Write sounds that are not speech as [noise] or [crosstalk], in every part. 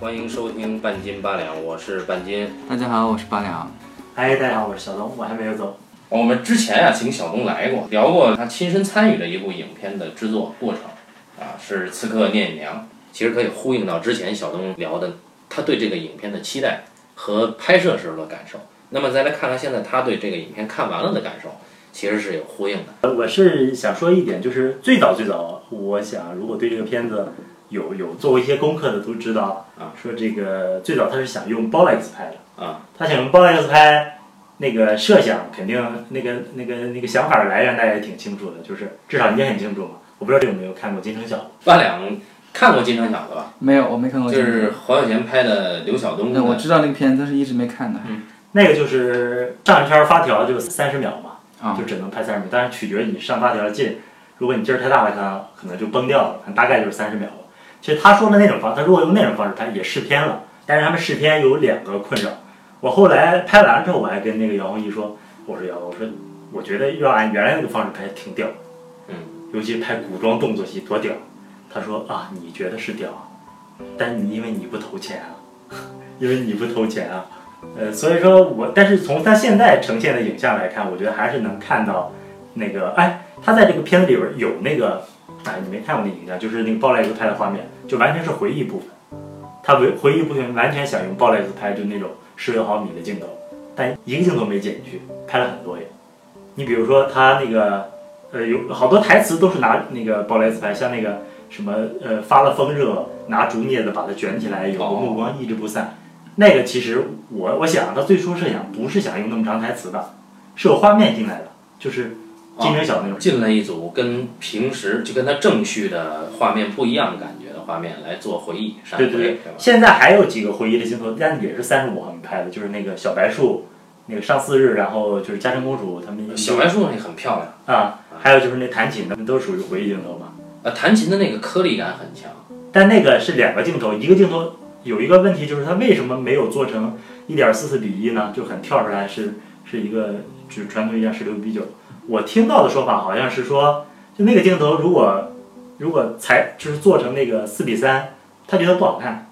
欢迎收听半斤八两，我是半斤。大家好，我是八两。嗨，大家好，我是小东，我还没有走。我们之前啊，请小东来过，聊过他亲身参与的一部影片的制作过程，啊，是《刺客聂隐娘》。其实可以呼应到之前小东聊的，他对这个影片的期待和拍摄时候的感受。那么再来看看现在他对这个影片看完了的感受，其实是有呼应的。呃我是想说一点，就是最早最早，我想如果对这个片子有有做过一些功课的都知道，啊，说这个最早他是想用 Bolex 拍的，啊，他想用 Bolex 拍，那个设想肯定那个那个那个想法的来源大家也挺清楚的，就是至少你也很清楚嘛。我不知道你有没有看过《金城小子八两看过《金城小子》吧？没有，我没看过。就是黄晓贤拍的刘晓东对，我的知道那个片，但是一直没看的。那个就是上一篇发条就三十秒嘛，啊就只能拍三十秒，当然取决于你上发条的劲。如果你劲儿太大了，可能可能就崩掉了，大概就是三十秒了。其实他说的那种方，他如果用那种方式拍也试片了，但是他们试片有两个困扰。我后来拍完了之后，我还跟那个姚宏毅说，我说姚，我说我觉得要按原来那个方式拍挺屌，嗯，尤其拍古装动作戏多屌。他说啊，你觉得是屌啊，但你因为你不投钱啊， [laughs] 因为你不投钱啊，呃，所以说我，但是从他现在呈现的影像来看，我觉得还是能看到那个，哎，他在这个片子里边有那个，哎，你没看过那影像，就是那个鲍莱斯拍的画面，就完全是回忆部分。他回回忆部分完全想用鲍莱斯拍，就那种十六毫米的镜头，但一个镜头没剪进去，拍了很多页。你比如说他那个，呃，有好多台词都是拿那个鲍莱斯拍，像那个什么，呃，发了风热，拿竹镊子把它卷起来，有个哦目光一直不散。那个其实我我想他最初设想不是想用那么长台词的，是有画面进来的，就是金城小那种。进了一组跟平时就跟他正序的画面不一样的感觉的画面来做回忆，闪回对对对吧，现在还有几个回忆的镜头，但也是三十五毫米拍的，就是那个小白树，那个上巳日，然后就是嘉诚公主他们小白树也很漂亮，啊，还有就是那弹琴的，都属于回忆镜头嘛。呃，弹琴的那个颗粒感很强。但那个是两个镜头，一个镜头有一个问题就是它为什么没有做成一点四四比一呢？就很跳出来是是一个就是传统意义上十六比九。我听到的说法好像是说，就那个镜头如果如果才就是做成那个四比三，他觉得不好看。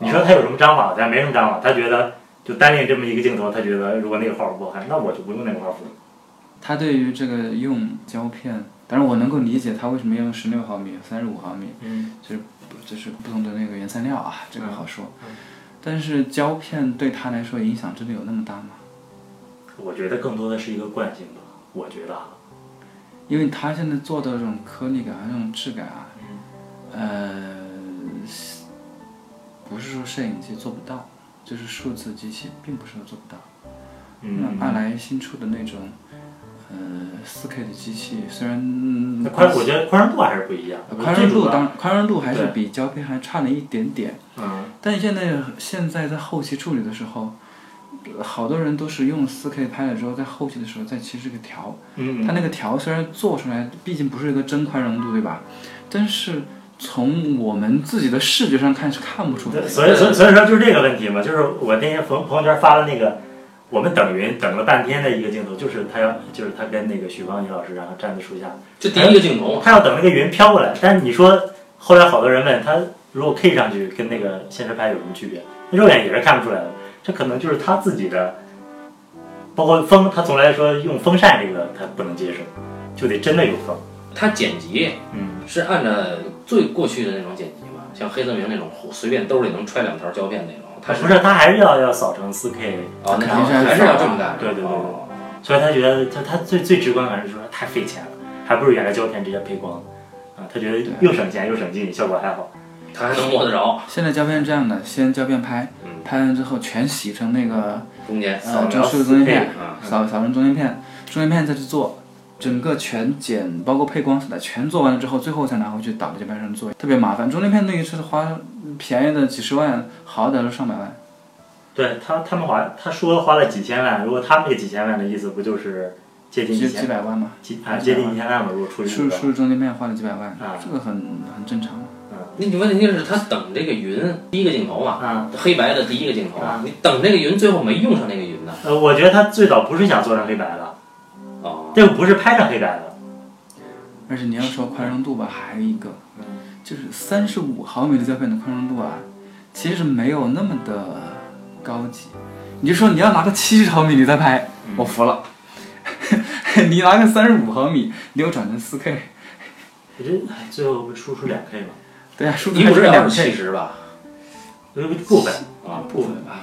你说他有什么章法？咱没什么章法，他觉得就单练这么一个镜头，他觉得如果那个画幅不好看，那我就不用那个画幅。他对于这个用胶片，当然我能够理解他为什么要用十六毫米、三十五毫米，嗯，就是不同的那个原材料啊，这个好说嗯。但是胶片对他来说影响真的有那么大吗？我觉得更多的是一个惯性吧，我觉得啊。因为他现在做的这种颗粒感啊、这种质感啊，呃，不是说摄影机做不到，就是数字机器并不是说做不到。嗯，那爱来新出的那种，呃，四 K 的机器，虽然嗯那宽，我觉得宽容度啊还是不一样。宽容度当宽容度还是对比胶片还差了一点点，嗯，但现在现在在后期处理的时候，呃好多人都是用四 K 拍了之后，在后期的时候再其实给调，嗯它那个调虽然做出来，毕竟不是一个真宽容度，对吧？但是从我们自己的视觉上看是看不出来对的。所以所以所以说就是这个问题嘛，就是我那天朋朋友圈发了那个，我们等云等了半天的一个镜头，就是他要就是他跟那个许芳宜老师，然后站在树下，这第一个镜头嘛，他要等那个云飘过来。但是你说后来好多人问他，如果 K 上去跟那个现实拍有什么区别？肉眼也是看不出来的，这可能就是他自己的，包括风，他从来说用风扇这个他不能接受，就得真的有风。他剪辑嗯，是按照最过去的那种剪辑嘛，像黑泽明那种随便兜里能揣两条胶片那种，他不是他还是要要扫成四 K 哦，那肯定是还是要要这么干，对对对对哦所以他觉得他他最最直观感是说太费钱了，还不如原来胶片直接配光，啊，他觉得对又省钱又省劲，效果还好。他还能摸得着，现在胶片是这样的，先胶片拍嗯，拍完之后全洗成那个中间呃扫描正式的中间片，啊，扫扫成中间片，中间片再去做，整个全剪，包括配光什么的，全做完了之后，最后才拿回去导到胶片上做，特别麻烦。中间片那一次花便宜的几十万，好歹都上百万。对他他们花他说花了几千万，如果他们这个几千万的意思不就是接近几一几千百万嘛，几啊接近一千万吗？如果除以出五个，出中间片花了几百万啊，这个很很正常。那你问题是，他等这个云第一个镜头嘛，啊，黑白的第一个镜头啊，你等这个云最后没用上那个云呢，呃，我觉得他最早不是想做成黑白的，哦，这个不是拍成黑白的，而且你要说宽容度吧，还有一个嗯，就是三十五毫米的胶片的宽容度啊，其实没有那么的高级。你就说你要拿个七十毫米你再拍，嗯我服了。 [laughs] 你拿个三十五毫米，你又转成四 K，我觉得哎最后不输出两 K 嘛，对呀、啊，数你据还不是是两二十七 K，十吧？因为部分啊，部分吧，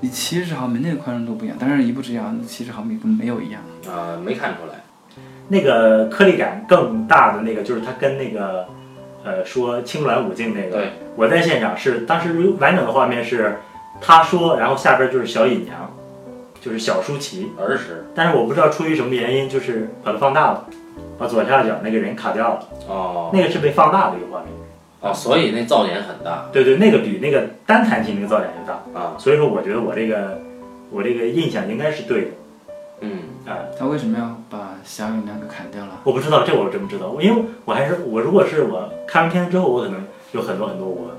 你七十毫米那个宽容度不一样，但是一步之遥，七十毫米跟没有一样。啊，没看出来。那个颗粒感更大的那个，就是它跟那个呃说青鸾舞镜那个，对，我在现场是当时完整的画面是他说，然后下边就是小隐娘，就是小舒淇，儿时但是我不知道出于什么原因，就是把它放大了，把左下角那个人卡掉了，哦那个是被放大的一个画面。哦，所以那噪点很大对对，那个比那个单弹琴那个噪点就大，啊。所以说我觉得我这个我这个印象应该是对的。嗯，他为什么要把小雨那个砍掉了？我不知道这我真不知道，因为我还是我如果是我看完片子之后，我可能有很多很多我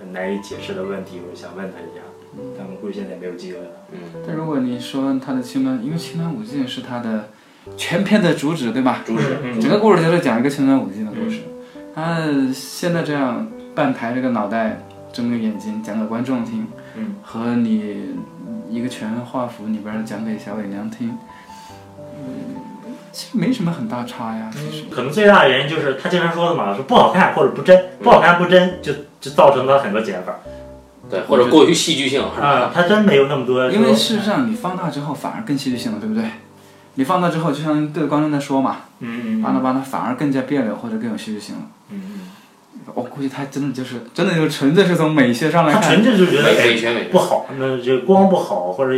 很难以解释的问题，我想问他一下，但我估计现在没有机会了。嗯但如果你说他的青鸾，因为青鸾舞镜是他的全片的主旨，对吧？主旨嗯整个故事就是讲一个青鸾舞镜的故事。他现在这样半抬着个脑袋，睁着眼睛讲给观众听，嗯和你一个全画幅里边儿讲给小伟娘听，嗯，其实没什么很大差呀。其实，可能最大的原因就是他经常说的嘛，说不好看或者不真，不好看不真就就造成了很多减法对，或者过于戏剧性是啊吧？，他真没有那么多因为说事实上你放大之后反而更戏剧性了，对不对？你放大之后，就像对着观众在说嘛，嗯嗯放大放大反而更加别扭或者更有戏剧性了。嗯我估计他真的就是真的就纯粹是从美学上嗯，来他看，纯粹就觉得美美哎学美不学。好，那这光不好或者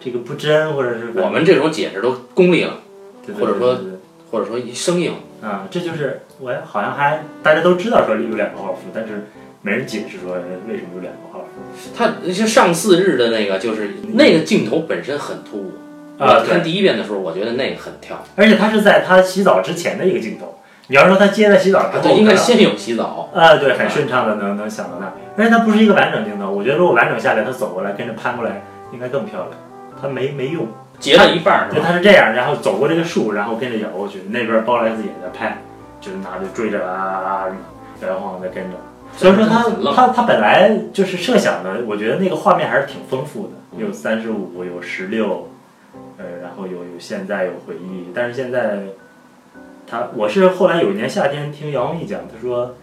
这个不真或者是我们这种解释都功利了，对对对或者说对对对或者说生硬。啊，这就是我好像还大家都知道说有两个号符，但是没人解释说为什么有两个号符。他像上四日的那个，就是那个镜头本身很突兀。啊，我看对，啊第一遍的时候，我觉得那个很跳。而且他是在他洗澡之前的一个镜头。你要说他接在洗澡之啊，后，对，应该可能先有洗澡。啊，对，很顺畅的能能想到那儿，而且它不是一个完整镜头，我觉得如果完整下来，它走过来跟着攀过来，应该更漂亮。它没没用，截到一半儿是对，吧？它是这样，然后走过这个树，然后跟着摇过去，那边包莱斯也在拍，就是拿着追着啊啊啊，摇摇晃晃在跟着。所以说它很愣它它本来就是设想的，我觉得那个画面还是挺丰富的，有三十五，有十六，呃，然后有有现在有回忆，但是现在他我是后来有一年夏天听姚蜜讲，他说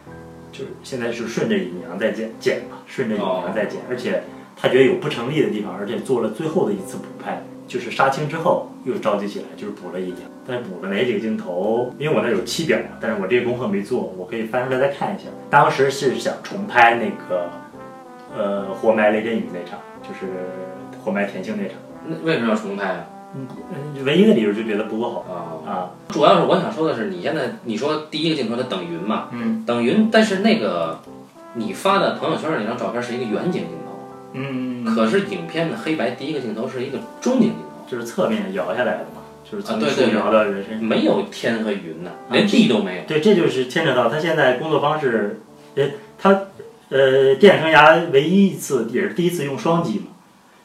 就是现在是顺着隐娘在剪剪嘛，顺着隐娘在哦剪，而且他觉得有不成立的地方，而且做了最后的一次补拍，就是杀青之后又召集起来，就是补了隐娘，但是补了哪几个镜头？因为我那有七表嘛，但是我这个功课没做，我可以翻出来再看一下。当时是想重拍那个呃活埋雷震雨那场，就是活埋田庆那场。那为什么要重拍啊？嗯，唯一的理由就觉得不够好啊，啊。主要是我想说的是，你现在你说第一个镜头它等云嘛，嗯等云，但是那个你发的朋友圈那张照片是一个远景镜头，嗯，可是影片的黑白第一个镜头是一个中景镜头，就是侧面摇下来的嘛，就是啊从对树对嗯对摇到人身上。没有天和云呐、啊连地都没有。对，这就是牵扯到他现在工作方式，呃，他呃电影生涯唯一一次也是第一次用双击嘛，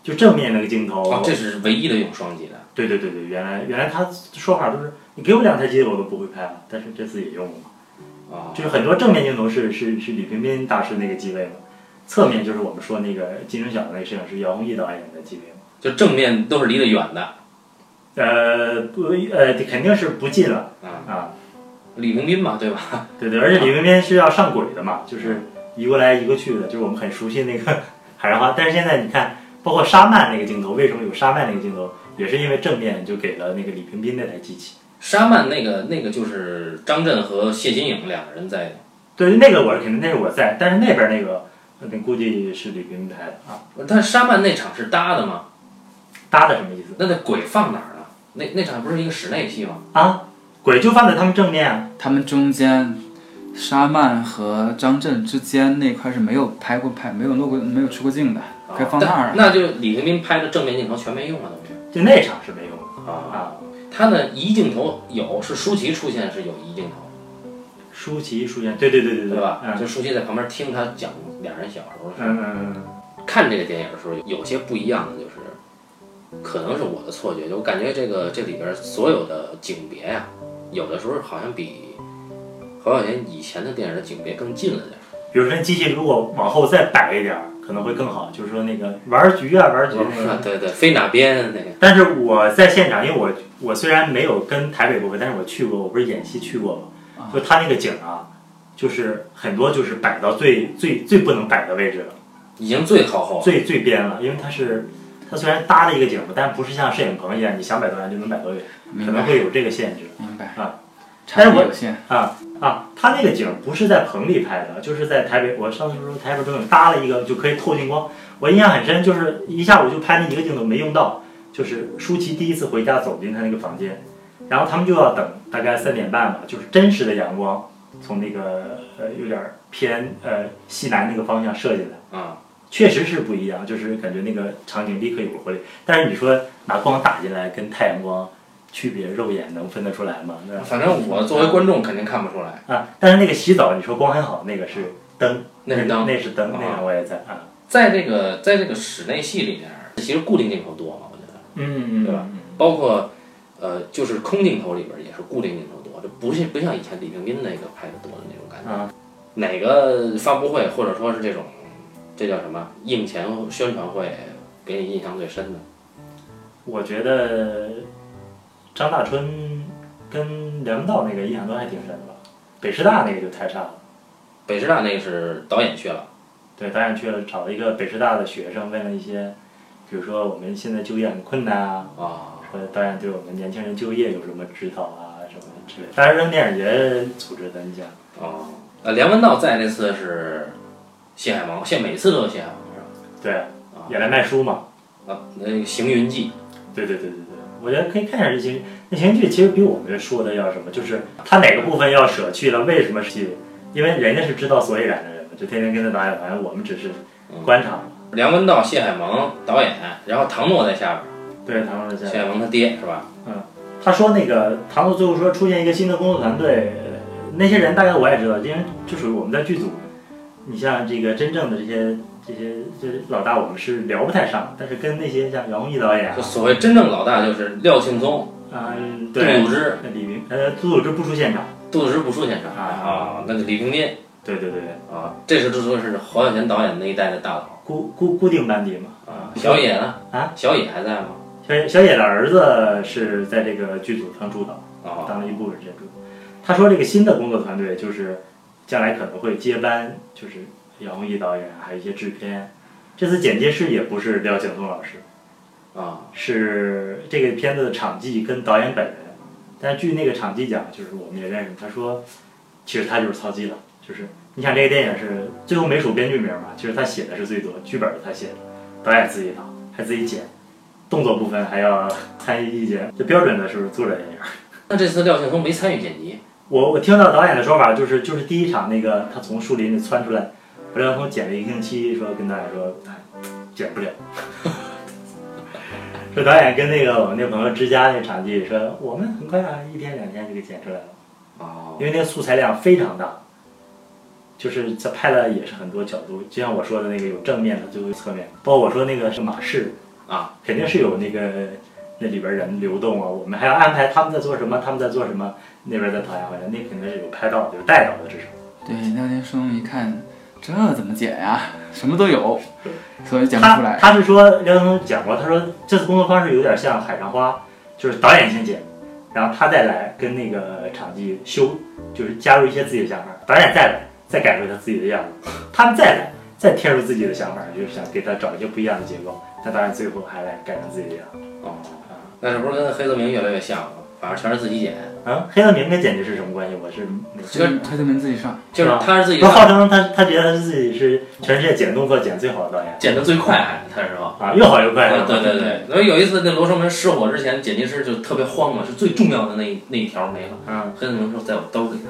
就正面那个镜头。哦，这是唯一的用双击的。对对对对，原来原来他说法都是你给我两台机子我都不会拍了，但是这次也用了嘛，哦，就是很多正面镜头是是是李冰冰大师那个机位嘛，侧面就是我们说那个金钟奖的那个摄影师姚宏毅导演的机位。就正面都是离得远的。呃，不，呃，肯定是不进了啊，啊，李冰冰嘛，对吧？对对，而且李冰冰是要上轨的嘛，就是移过来移过去的，就是我们很熟悉那个 [laughs] 海上花。但是现在你看，包括沙曼那个镜头，为什么有沙曼那个镜头，也是因为正面就给了那个李冰冰那台机器。沙曼那个那个就是张震和谢金颖两个人在，对，那个我是肯定那是我在，但是那边那个那估计是李冰冰拍的啊，但沙曼那场是搭的吗？搭的什么意思那那鬼放哪儿呢？那那场不是一个室内戏吗？啊？轨就放在他们正面啊，他们中间，沙曼和张震之间那块是没有拍过拍，没有落过，没有出过镜的，哦可以放那但儿。那就李冰冰拍的正面镜头全没用了，等于就那场是没用的。啊。他的移镜头有是舒淇出现是有移镜头，舒淇出现，对对对对对吧？嗯就舒淇在旁边听他讲俩人小时候的事儿嗯嗯嗯看这个电影的时候，有些不一样的就是，可能是我的错觉，就我感觉这个这里边所有的景别呀、有的时候好像比侯孝贤以前的电影的景别更近了点儿。嗯比如说机器如果往后再摆一点儿，可能会更好，就是说那个玩儿局啊玩儿局那个啊，对对，飞哪边那个但是我在现场，因为我我虽然没有跟台北过但是我去过，我不是演戏去过啊嘛，就他那个景啊，就是很多就是摆到最最最不能摆的位置了，已经最靠后了，最最边了，因为它是它虽然搭了一个景嘛，但不是像摄影棚一样，你想摆多远就能摆多远，可明能白会有这个限制明白啊。产业有限，啊啊。它那个景不是在棚里拍的，就是在台北，我上次说台北中影搭了一个就可以透进光，我印象很深，就是一下午就拍那一个镜头没用到，就是舒淇第一次回家走进她那个房间，然后他们就要等大概三点半吧，就是真实的阳光从那个呃有点儿偏呃西南那个方向射进来。啊，确实是不一样，就是感觉那个场景立刻有了活力。但是你说拿光打进来跟太阳光区别，肉眼能分得出来吗？那反正我嗯作为观众肯定看不出来，啊，但是那个洗澡，你说光很好，那个是灯，那是当那是灯，啊那个我也在啊，在这个在这个室内戏里面，其实固定镜头多嘛，我觉得，嗯对吧？包括呃，就是空镜头里边也是固定镜头多，这不是不像以前李冰冰那个拍的多的那种感觉。啊，哪个发布会或者说是这种，这叫什么映前宣传会，给你印象最深的？我觉得张大春跟梁文道那个印象都还挺深的吧，北师大那个就太差了。北师大那个是导演去了，对，导演去了找了一个北师大的学生，问了一些，比如说我们现在就业很困难啊，啊，或者导演对我们年轻人就业有什么指导啊什么之类的。当然，扔电影节组织的，你想，哦，呃，梁文道在那次是谢海萌，现每次都有谢海萌是吧？对，啊也来卖书嘛。啊，那个《行云记对对对对对，我觉得可以看一下这些那情剧，其实比我们说的要什么，就是他哪个部分要舍去了，为什么去？因为人家是知道所以然的人嘛，就天天跟着导演玩，我们只是观察嘛。》，嗯梁文道、谢海萌导演，然后唐诺在下边，对，唐诺在谢海萌他爹是吧？他说那个唐诺最后说出现一个新的工作团队，呃那些人大概我也知道，因为就属于我们在剧组，你像这个真正的这些这些这些老大，我们是聊不太上，但是跟那些像杨毅导演啊就，所谓真正老大就是廖庆松、嗯，杜对鲁，之，那李明，呃，杜鲁之不出现场，杜鲁之不出现场啊啊，那个李冰冰对对对对。啊，这是就说是黄晓贤导演那一代的大佬固固固定班底嘛。啊，小野呢？啊，小野还在吗？小野小野的儿子是在这个剧组当助导，啊，当了一部分人助导。他说这个新的工作团队就是将来可能会接班，就是杨宏毅导演，还有一些制片。这次剪接师也不是廖景松老师，啊，是这个片子的场记跟导演本人。但据那个场记讲，就是我们也认识，他说，其实他就是操机了，就是你想这个电影是最后没署编剧名嘛，其实他写的是最多，剧本是他写的，导演自己导，还自己剪，动作部分还要参与意见，这标准的是不是作者电影？那这次廖庆松没参与剪辑我我听到导演的说法就是，就是第一场那个他从树林里窜出来，我让他剪了一个星期，说跟导演说，哎，剪不了。说导演跟那个我们那朋友之家那场地说，我们很快啊，一天两天就给剪出来了，啊因为那个素材量非常大，就是他拍了也是很多角度，就像我说的那个有正面的，就有侧面，包括我说那个是马氏，啊，肯定是有那个那里边人流动啊，我们还要安排他们在做什么，他们在做什么，那边在讨价还价，那肯定是有拍到的，有带到的至少。对，廖天生一看这怎么剪呀、 [laughs] 什么都 [laughs] 有，所以剪不出他来。他是说廖东讲过，他说这次工作方式有点像海上花，就是导演先剪，然后他再来跟那个场记修，就是加入一些自己的想法，导演再来再改回他自己的样子，他们再来再贴入自己的想法，就是想给他找一些不一样的结构，但导演最后还来改成自己的样子。哦，那这不是跟黑泽明越来越像了？反正全是自己剪，啊，黑泽明跟剪辑是什么关系？我是没这个推推门自己上，就是他是自己不号称他他觉得他自己是全世界剪动作剪最好的导演剪的最快，还他是吧？啊，又好又快对对对对，所以有一次那罗生门失火之前，剪辑师就特别慌嘛，是最重要的那一那一条没了。啊，黑泽明说在我兜里呢，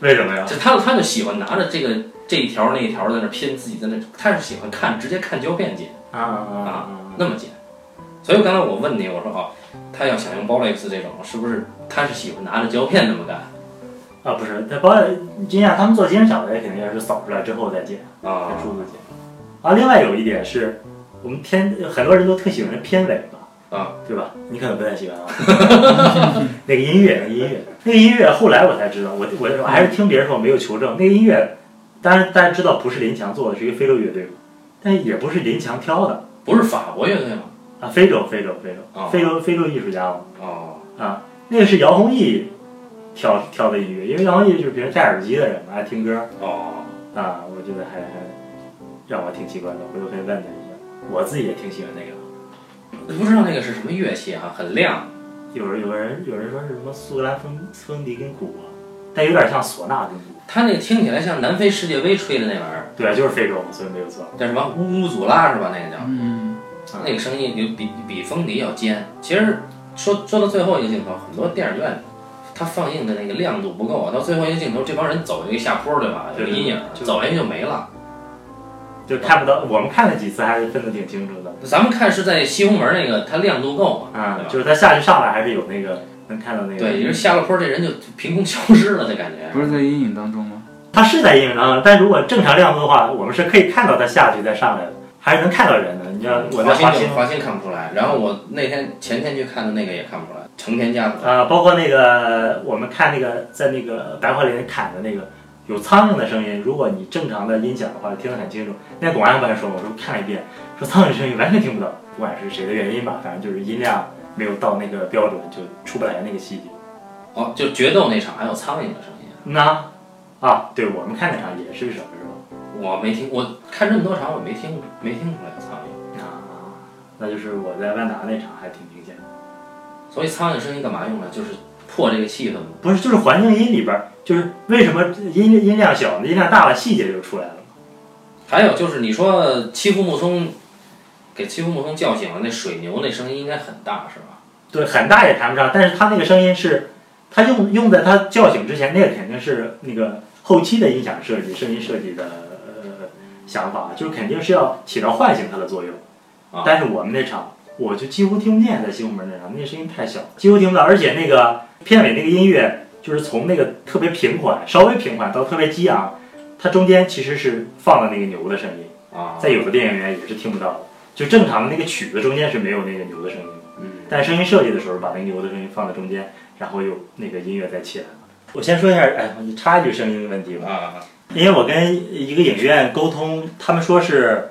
为什么呀？就他他就喜欢拿着这个这一条那一条在那拼，自己在那他是喜欢看直接看胶片剪啊啊那么剪，所以刚才我问你，我说哦，他要想用 Bolex 这种，是不是他是喜欢拿着胶片那么干啊啊！不是，在包惊讶他们做金小的肯定也是扫出来之后再剪，再啊？数字剪。啊，另外有一点是，我们片很多人都特喜欢片尾吧，啊，对吧？你可能不太喜欢啊。 [laughs] 那个音乐，那个音乐，那个音乐，后来我才知道，我我我还是听别人说，我没有求证。那个音乐当然大家知道不是林强做的，是一个非洲乐队嘛，但也不是林强挑的不是法国乐队吗？啊，非洲非洲非洲、啊非洲非洲艺术家嘛，哦，啊，那个是姚弘毅挑挑的音乐，因为姚弘毅就是平时戴耳机的人嘛，爱听歌哦，啊，我觉得还还让我挺奇怪的，回头可以问他一下，我自己也挺喜欢那个。不知道那个是什么乐器哈、很亮。有人有人有人说是什么苏格兰风风笛跟鼓啊，但有点像唢呐跟鼓。它那个听起来像南非世界杯吹的那玩意儿，对啊，就是非洲嘛，所以没有错。叫什么乌乌祖拉是吧？那个叫，嗯，那个声音就比比风笛要尖。其实说说到最后一个镜头，很多电影院它放映的那个亮度不够啊，到最后一个镜头，这帮人走一个下坡对吧？有对个阴影，就走下去就没了。啊就看不到，我们看了几次还是分得挺清楚的。咱们看是在西红门那个，它亮度够嘛？啊嗯对，吧就是他下去上来还是有那个能看到那个。对，也就是下了坡，这人就凭空消失了的感觉。不是在阴影当中吗？他是在阴影当中，但如果正常亮度的话，我们是可以看到他下去再上来的，还是能看到人的。你像我在华华星新就华星看不出来，然后我那天前天去看的那个也看不出来，成天家族。啊，包括那个我们看那个在那个白桦林砍的那个有苍蝇的声音，如果你正常的音响的话，听得很清楚。那广安不还说吗，我说看了一遍，说苍蝇声音完全听不到，不管是谁的原因吧，反正就是音量没有到那个标准，就出不来那个细节。哦，就决斗那场还有苍蝇的声音，那啊，对我们看那场也是什么是我没听，我看这么多场我没听没听出来有苍蝇，吧？啊，那就是我在万达那场还挺明显的，所以苍蝇声音干嘛用呢？就是破这个气氛嘛。不是就是环境音里边儿，就是为什么音音量小，音量大了细节就出来了。还有就是你说欺负木松，给欺负木松叫醒了，那水牛那声音应该很大是吧？对，很大也谈不上，但是他那个声音是，他用用在他叫醒之前，那个肯定是那个后期的音响设计、声音设计的呃想法，就是肯定是要起到唤醒他的作用。啊但是我们那场，我就几乎听不见，在西红门那场，那声音太小，几乎听不到，而且那个片尾那个音乐就是从那个特别平缓、稍微平缓到特别激昂，它中间其实是放了那个牛的声音，啊，在有的电影院也是听不到的，就正常的那个曲子中间是没有那个牛的声音的。嗯，但声音设计的时候，把那个牛的声音放在中间，然后有那个音乐再起来。我先说一下，哎，你插一句声音的问题吧，啊，因为我跟一个影院沟通，他们说是，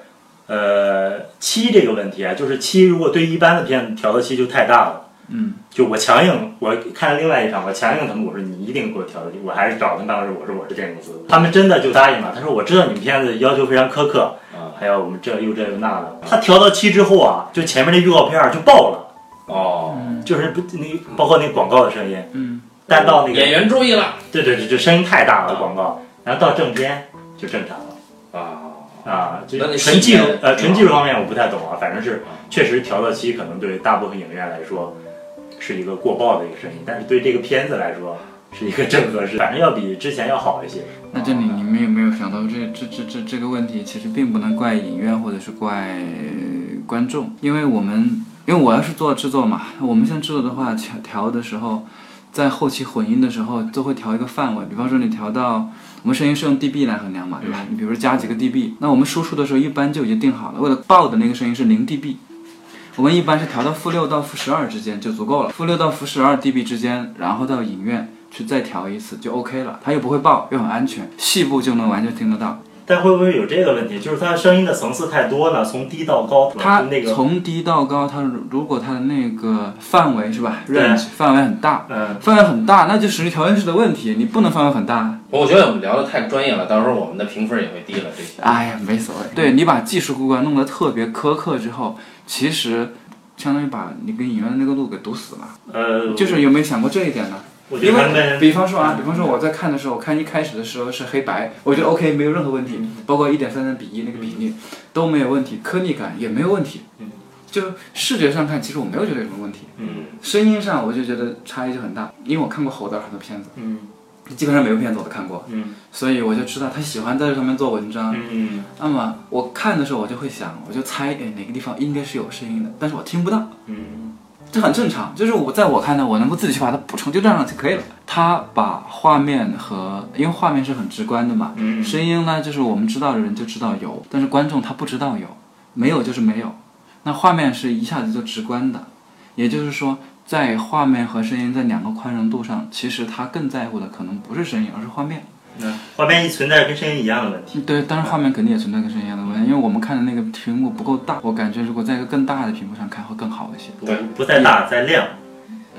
呃，七这个问题啊，就是七如果对一般的片子调到七就太大了，嗯，就我强硬，我看了另外一场，我强硬他们，我说你一定给我调到七，我还是找他们当时我说我是电影公司的，他们真的就答应了，他说我知道你们片子要求非常苛刻，啊还有我们这又这又那的，他调到七之后啊，就前面那预告片儿就爆了。哦，嗯就是不那包括那广告的声音，嗯，但到那个演员注意了对对对，就声音太大了啊广告，然后到正片就正常了啊，啊，就那那纯技术细节呃嗯纯技术方面我不太懂啊，反正是啊确实调到七可能对大部分影院来说是一个过曝的一个声音，但是对这个片子来说是一个正合适，反正要比之前要好一些。那这里你们有没有想到这这这这这个问题，其实并不能怪影院或者是怪呃观众，因为我们因为我要是做制作嘛，我们现在制作的话调调的时候，在后期混音的时候都会调一个范围，比方说你调到。我们声音是用 dB 来衡量嘛，对吧？你比如说加几个 dB，那我们输出的时候一般就已经定好了，为了爆的那个声音是零 dB，我们一般是调到负六到负十二之间就足够了，负六到负十二 dB 之间，然后到影院去再调一次就 OK 了，它又不会爆，又很安全，细部就能完全听得到。但会不会有这个问题，就是它声音的层次太多呢？从低到高，它那个从低到高，它如如果它的那个范围是吧对，range 范围很大，嗯，范围很大，那就属于调音师的问题，你不能范围很大。啊我觉得我们聊的太专业了，到时候我们的评分也会低了这些。哎呀，没所谓。对你把技术过关弄得特别苛刻之后，其实相当于把你跟影院的那个路给堵死了。呃，就是有没有想过这一点呢？我觉得他们比方说啊，比方说我在看的时候，我看一开始的时候是黑白，我觉得 OK 没有任何问题，包括一点三三比一那个比例都没有问题，颗粒感也没有问题嗯，就视觉上看，其实我没有觉得有什么问题，嗯声音上我就觉得差异就很大，因为我看过侯导很多片子，嗯基本上每部片子我都看过，嗯所以我就知道他喜欢在这上面做文章。嗯那么我看的时候，我就会想，我就猜，哎，哪个地方应该是有声音的，但是我听不到。嗯这很正常，就是我在我看来，我能够自己去把它补充，就这样就可以了。他把画面和，因为画面是很直观的嘛，嗯，声音呢，就是我们知道的人就知道有，但是观众他不知道有，没有就是没有。那画面是一下子就直观的，也就是说，在画面和声音在两个宽容度上，其实他更在乎的可能不是声音，而是画面。画面一存在跟声音一样的问题。对，当然画面肯定也存在跟声音一样的问题，因为我们看的那个屏幕不够大，我感觉如果在一个更大的屏幕上看会更好一些。对，嗯不在大，在亮。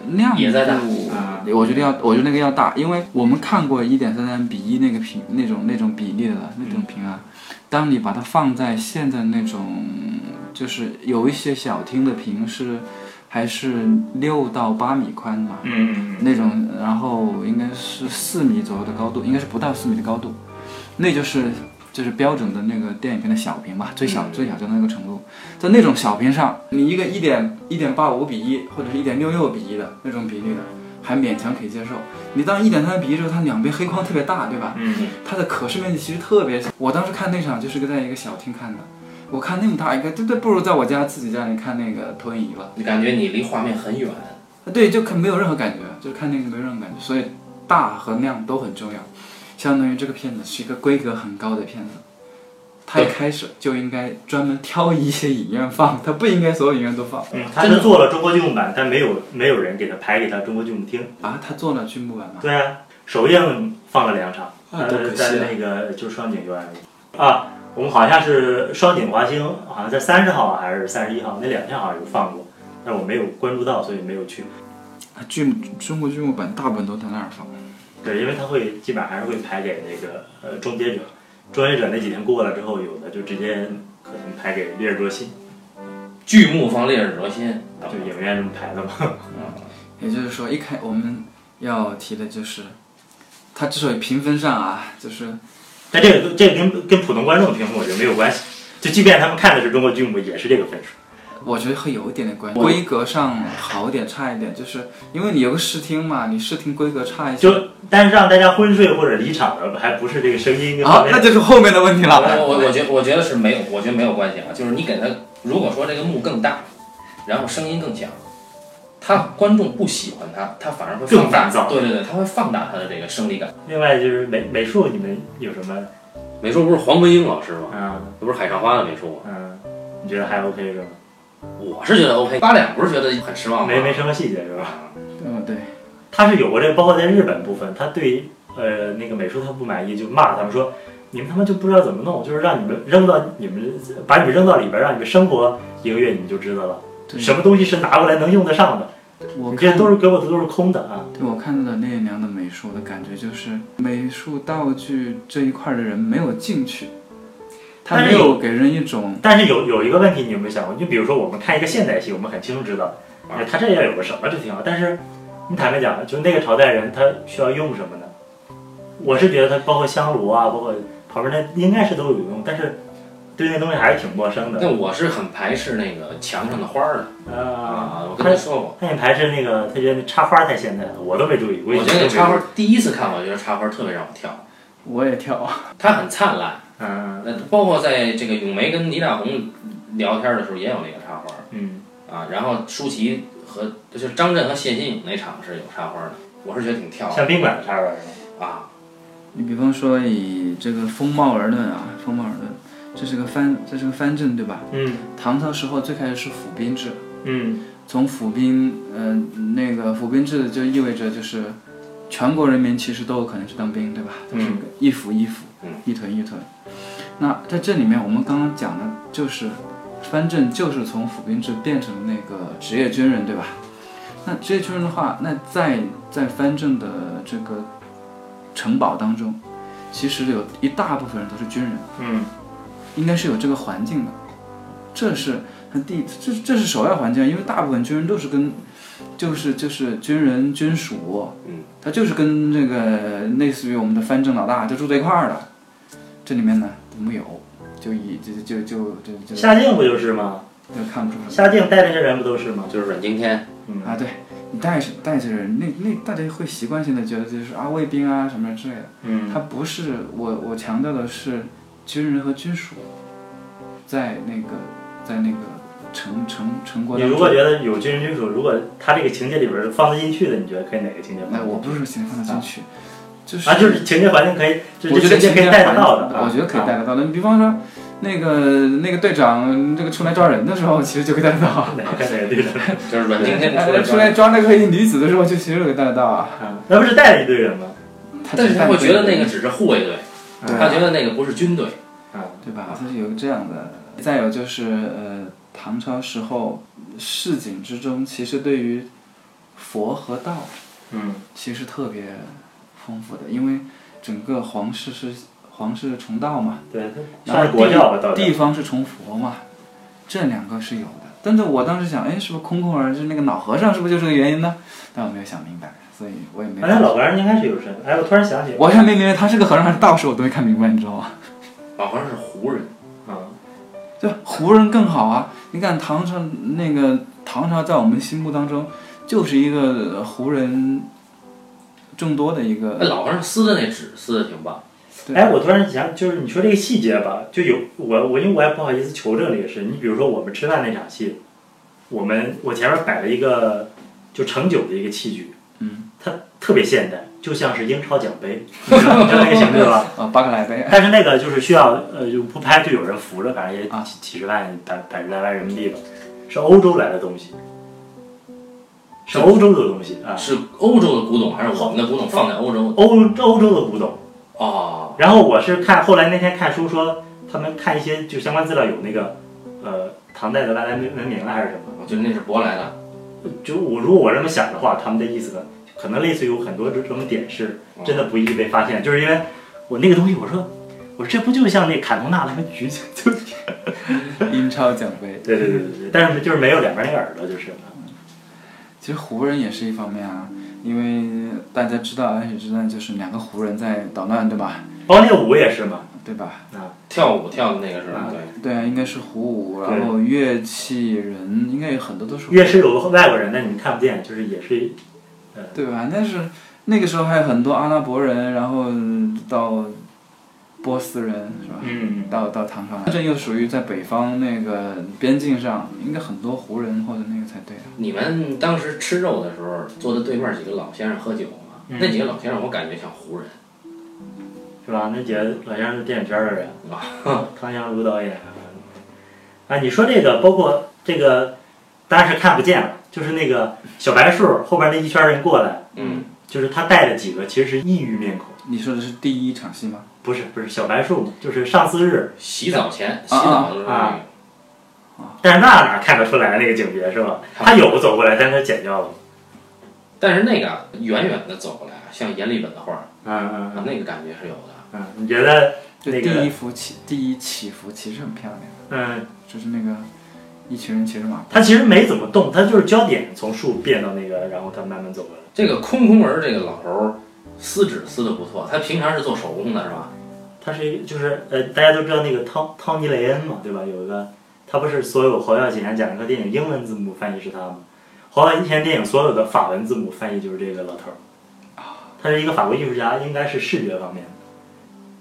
亮也在大度啊呃我觉得要，我觉得那个要大，因为我们看过一点三三比一那个屏那种那种比例的那种屏啊，当你把它放在现在那种，就是有一些小厅的屏是还是六到八米宽吧，嗯那种，然后应该是四米左右的高度，应该是不到四米的高度，那就是就是标准的那个电影屏的小屏吧，最小、最小就那个程度，在那种小屏上，你一个一点一点八五比一或者是一点六六比一的那种比例的，还勉强可以接受。你到一点三比一之后，它两边黑框特别大，对吧？嗯它的可视面积其实特别小。我当时看那场就是在一个小厅看的，我看那么大一个，对对，不如在我家自己家里看那个投影仪吧。你感觉你离画面很远，对，就看没有任何感觉，就是看那个没有任何感觉，所以大和量都很重要。相当于这个片子是一个规格很高的片子，它一开始就应该专门挑一些影院放，它不应该所有影院都放嗯，他是做了中国剧目版，但没有没有人给他排给他中国剧目厅。啊。它做了剧目版嘛，对啊，首映放了两场，啊多可呃，惜啊在那个就是双井游园啊，我们好像是双井华星，好像在三十号还是三十一号那两天好像有放过，但是我没有关注到，所以没有去。它剧目中国剧目版大部分都在那儿放。对，因为他会基本上还是会排给那个呃终结者，终结者那几天过了之后，有的就直接可能排给烈日灼心，剧目放《烈日灼心》啊，就影院这么排的嘛。也就是说，一开我们要提的就是，它之所以评分上啊，就是但这个这个跟跟普通观众评分我觉得没有关系，就即便他们看的是中国剧目，也是这个分数。我觉得会有一点点关系，规格上好一点差一点，就是因为你有个试听嘛，你试听规格差一些，就但是让大家昏睡或者离场的，还不是这个声音跟画啊，面。那就是后面的问题了。啊我我我觉我觉得是没有，我觉得没有关系啊。就是你给他，如果说这个幕更大，然后声音更响，他观众不喜欢他，他反而会放大更烦躁对对对，他会放大他的这个生理感。另外就是美美术，你们有什么？美术不是黄文英老师吗？嗯不是海上花的美术吗？嗯，你觉得还 OK 是吧？我是觉得 OK。八两不是觉得很失望吗？没没什么细节是吧？啊，嗯，对，他是有过这个，包括在日本部分，他对呃那个美术他不满意，就骂他们说你们他妈就不知道怎么弄，就是让你们扔到你们把你们扔到里边，让你们生活一个月你们就知道了，对，什么东西是拿过来能用得上的，我你这看些都是给我的都是空的啊。对我看到的聂良的美术，我的感觉就是美术道具这一块的人没有进去，他但是没有给人一种但是有有一个问题，你有没有想过？就比如说我们看一个现代戏，我们很清楚知道，哎，他这要有个什么就挺好。但是你坦白讲，就那个朝代人他需要用什么呢？我是觉得他包括香炉啊，包括旁边那应该是都有用，但是对那东西还是挺陌生的。那我是很排斥那个墙上的花儿的啊，啊。我跟他说过，那你还是那个，他觉得那插花太现代了，我都没注意，我一觉直得都没插注花意。第一次看，我觉得插花特别让我跳，我也跳，它很灿烂。嗯那包括在这个咏梅跟倪大红聊天的时候，也有那个插花。嗯，啊，然后舒淇和就是张震和谢欣颖那场是有插花的，我是觉得挺跳嗯像宾馆的插花是吧？的啊，你比方说以这个风貌而论啊，风貌而论，这是个藩，这是个藩镇对吧？嗯唐朝时候最开始是府兵制，嗯从府兵，嗯，那个府兵制就意味着就是全国人民其实都有可能去当兵，对吧？嗯就是一府一府嗯，一屯一屯。那在这里面，我们刚刚讲的就是藩镇，就是从府兵制变成那个职业军人，对吧？那职业军人的话，那在在藩镇的这个城堡当中，其实有一大部分人都是军人。嗯应该是有这个环境的，这是第这这是首要环境，因为大部分军人都是跟，就是就是军人军属，嗯，他就是跟这个类似于我们的藩镇老大就住在一块儿的，这里面呢没有，就以就就就就就嗯，夏静不就是吗？就看不出来夏静带那些人不都是吗？就是阮经天，嗯啊，对你带着带着人，那那大家会习惯性的觉得就是啊卫兵啊什么之类的。嗯它不是我我强调的是军人和军属，在那个在那个城城城国你当如果中，觉得有军人军属，如果他这个情节里边儿放得进去的，你觉得可以哪个情节放？哎，我不是说情放得进去，就是啊，就是情节环境可以，就我觉是得情节可以带得到的。啊我觉得可以带得到的。你比方说那个那个队长这个出来抓人的时候，其实就可以带得到。啊哪个哪个队 [laughs] 长？就是阮经天出来呃出抓来抓那个黑衣女子的时候，就其实就可以带得到啊。啊那不是带了一队人吗？他但是他会觉得那个个只是护卫队，对他觉得那个不是军队。对吧？它是有这样的。再有就是呃，唐朝时候市井之中，其实对于佛和道嗯其实特别丰富的，因为整个皇室是皇室崇道嘛，对，然算后是国教吧，到底地方是崇佛嘛，这两个是有的。但是我当时想，哎，是不是空空儿就是那个老和尚，是不是就是这个原因呢？但我没有想明白，所以我也没原。来哎啊老和尚应该是有神，哎，我突然想起，我还没明白他是个和尚还是道士，我都没看明白，你知道吗？啊，好像是胡人，嗯，对，胡人更好啊！你看唐朝那个唐朝，在我们心目当中就是一个呃胡人众多的一个那老和尚撕的那纸撕的挺棒。对哎哎，我突然想，就是你说这个细节吧，就有我我因为我也不好意思求证这个事。你比如说我们吃饭那场戏，我们我前面摆了一个就盛酒的一个器具，嗯，它特别现代，就像是英超奖杯，你知道那个形式吧？呃巴克莱杯， [laughs] 但是那个就是需要呃就不拍就有人扶着，反正也啊几几十万百百十来万人民币吧，是欧洲来的东西，是欧洲的东西啊，是欧洲的古董还是我们的古董放在欧洲？欧欧洲的古董。哦，然后我是看后来那天看书说，他们看一些就相关资料有那个，呃，唐代的外来文文明啊还是什么，我觉得那是舶来的。就我如果我这么想的话，他们的意思呢，可能类似于有很多这种点是真的不易被发现，就是因为我那个东西，我说我说这不就像那卡通纳他们 [laughs] 举起就，英超奖杯。对对对对对，但是就是没有两边那个耳朵就是，其实胡人也是一方面啊，因为大家知道安史之乱就是两个胡人在捣乱，对吧？包括那个舞也是嘛，对吧？跳舞跳的那个是吧啊？对，对啊，应该是胡舞，对然后乐器人应该有很多都是胡越是有外国人，那你们看不见，就是也是对吧？但是那个时候还有很多阿拉伯人，然后到波斯人是吧？嗯到到唐朝来，这又属于在北方那个边境上，应该很多胡人或者那个才对啊。你们当时吃肉的时候，坐在对面几个老先生喝酒嘛？嗯那几个老先生我感觉像胡人，是吧？那姐老先生是电影圈的人啊，康祥如导演啊。你说这个，包括这个，当然是看不见了，就是那个小白树后边那一圈人过来，嗯，就是他带的几个其实是异域面孔，你说的是第一场戏吗？不是不是小白树，就是上巳日，洗澡前洗澡的时候啊，但是那哪看得出来那个景别是吧？他有走过来，但是他剪掉了。但是那个啊远远的走过来啊，像阎立本的画儿，嗯嗯啊，那个感觉是有的。嗯，你觉得就那个第一幅起第一起伏其实很漂亮，嗯，就是那个一群人骑着马，他其实没怎么动，他就是焦点从树变到那个，然后他慢慢走过来。这个空空儿这个老头儿撕纸撕的不错，他平常是做手工的是吧？他是一个，就是呃，大家都知道那个汤汤尼雷恩嘛，对吧？有一个，他不是所有侯孝贤、贾樟柯电影英文字母翻译是他吗？侯孝贤电影所有的法文字母翻译就是这个老头儿。他是一个法国艺术家，应该是视觉方面的。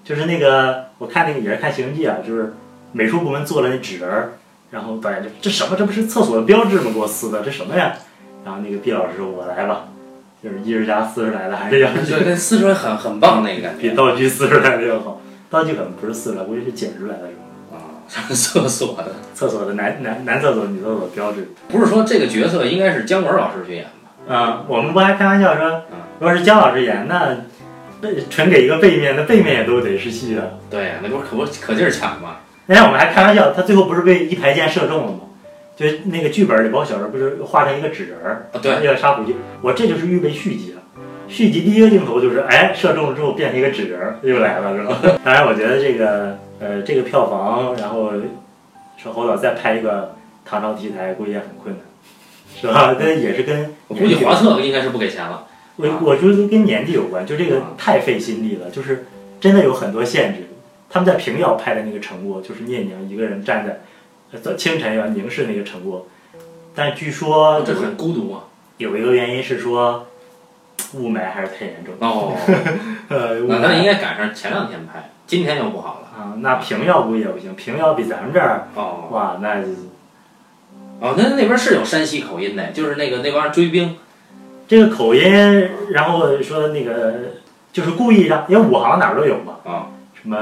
就是那个，我看那个也是看《西游记》啊，就是美术部门做了那纸人儿，然后导演就这什么？这不是厕所的标志吗？给我撕的，这什么呀？然后那个毕老师说：“我来吧。”就是艺术家撕出来的，还是要就那撕出来很很棒那个感比觉道具撕出来的要好。道具可能不是撕出来，估计是剪出来的是吧？啊，上厕所的。厕所的男男男厕所、女厕所标志。不是说这个角色应该是姜文老师去演吗？嗯，我们不还开玩笑说嗯，如果是姜老师演，那背纯给一个背面，那背面也都得是戏啊。对呀、那不是可不可劲儿抢吗？那天我们还开玩笑，他最后不是被一排箭射中了吗？就是那个剧本里，包括小时候不是画成一个纸人儿，啊，对，要杀虎鲸。我这就是预备续集了。续集第一个镜头就是，哎，射中了之后变成一个纸人儿，又来了，是吧？ [laughs] 当然，我觉得这个，呃，这个票房，然后说侯导再拍一个唐朝题材，估计也很困难，是吧？但也是跟我估计华策应该是不给钱了。我我觉得跟年纪有关，就这个啊太费心力了，就是真的有很多限制。他们在平遥拍的那个城郭，就是聂娘一个人站在呃在清晨要凝视那个城郭，但据说这有很孤独啊。有一个原因是说雾霾还是太严重， [laughs] 哦，呃，雾那那应霾该赶上前两天拍，今天就不好了。啊，那平遥估计也不行，平遥比咱们这儿哦哇，那哦，那那边是有山西口音的，就是那个那帮人追兵这个口音，然后说那个就是故意让，因为武行哪儿都有嘛，啊，什么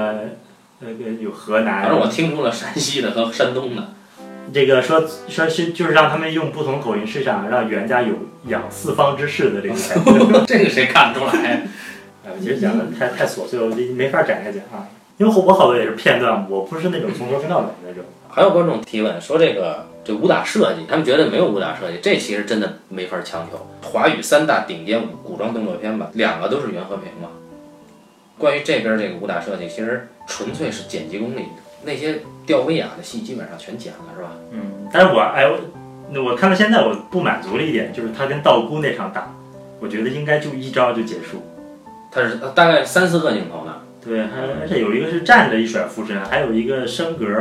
呃有河南，反正我听出了山西的和山东的。这个说说是就是让他们用不同口嗯音试想让袁家有养四方之势的这个感觉。这个谁看得出来？ [laughs] 哎，我觉得讲的太太琐碎了，我就没法展开讲啊。因为我好多也是片段，我不是那种从头跟到尾那种。 [laughs] 还有观众提问说，这个这武打设计，他们觉得没有武打设计，这其实真的没法强求。华语三大顶尖古装动作片吧，两个都是袁和平嘛。关于这边这个武打设计，其实纯粹是剪辑功力，那些吊威亚的戏基本上全剪了，是吧？嗯，但是我哎，我那我看到现在我不满足的一点就是他跟道姑那场打，我觉得应该就一招就结束。它是呃大概三四个镜头呢，对，还而且有一个是站着一甩附身，还有一个升格，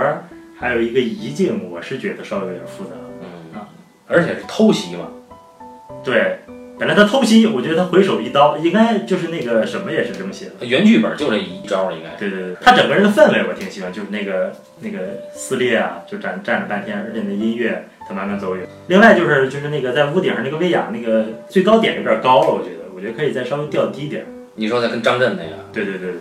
还有一个移镜，我是觉得稍微有点复杂。嗯，而且是偷袭嘛，对，本来他偷袭，我觉得他回手一刀，应该就是那个什么也是这么写的。原剧本就这一招应该。对对对，他整个人的氛围我挺喜欢，就是那个那个撕裂啊，就站站着半天，而且那音乐它慢慢走远。另外就是就是那个在屋顶上那个威亚那个最高点有点高了，我觉得，我觉得可以再稍微调低点儿。你说在跟张震那个，对对对对对，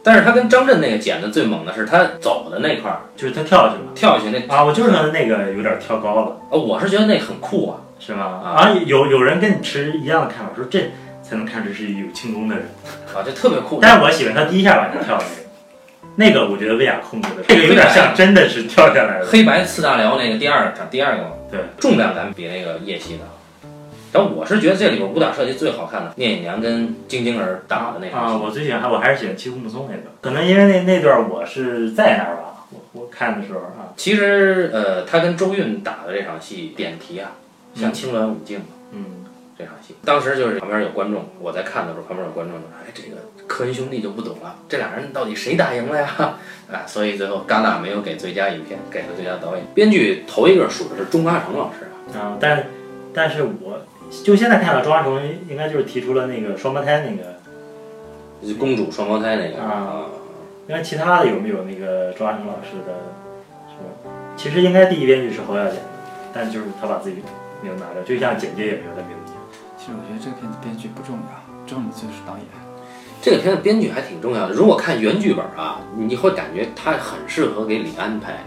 但是他跟张震那个剪的最猛的是他走的那块儿，就是他跳下去了跳下去那，啊，我就是他那个有点跳高了，呃，我是觉得那很酷啊。是吗？啊啊，有有人跟你持一样的看法，说这才能看出是有轻功的人。啊，这特别酷。但是我喜欢他第一下往下跳那个，那个我觉得威亚控制的，这个有点像真的是跳下来的。黑白四大辽那个第二场第二个嘛，对，重量感比那个夜袭的好。然后我是觉得这里边武打设计最好看的，聂隐娘跟晶晶儿打的那场戏啊，我最喜欢还我还是喜欢七虎木松那段，可能因为那那段我是在那儿吧，我我看的时候啊，其实呃，他跟周韵打的这场戏点题啊，像青鸾舞镜嘛、嗯，这场戏，当时就是旁边有观众，我在看的时候，旁边有观众说：“哎，这个科恩兄弟就不懂了，这俩人到底谁打赢了呀？” [laughs] 啊，所以最后戛纳没有给最佳影片，给了最佳导演。编剧头一个数的是钟嘉诚老师啊，啊，但但是我就现在看到庄华成应该就是提出了那个双胞胎那个，就是公主双胞胎那个啊因为其他的有没有那个庄华成老师的什么？其实应该第一编剧是侯耀贤的，但就是他把自己名字拿掉，就像简介也没有他名字。其实我觉得这个片子编剧不重要，重要的就是导演。这个片子编剧还挺重要的。如果看原剧本啊，你会感觉他很适合给李安拍，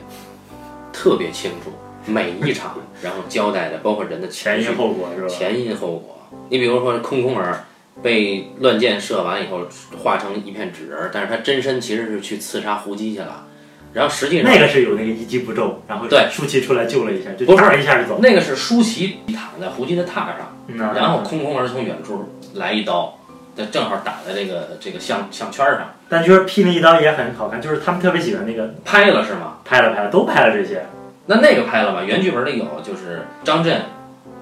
特别清楚每一场，然后交代的包括人的情前绪因后果是吧？前因后果。你比如说空空儿被乱箭射完以后化成一片纸人，但是他真身其实是去刺杀胡姬去了，然后实际上那个是有那个一击不中，然后对舒淇出来救了一下，就不是打了一下就走。那个是舒淇躺在胡姬的榻上。嗯呐然后空空儿从远处来一刀，这正好打在这个这个项项圈上，但就是劈了一刀也很好看，就是他们特别喜欢那个拍了是吗？拍了拍了，都拍了这些。那那个拍了吧？原剧本里有，就是张震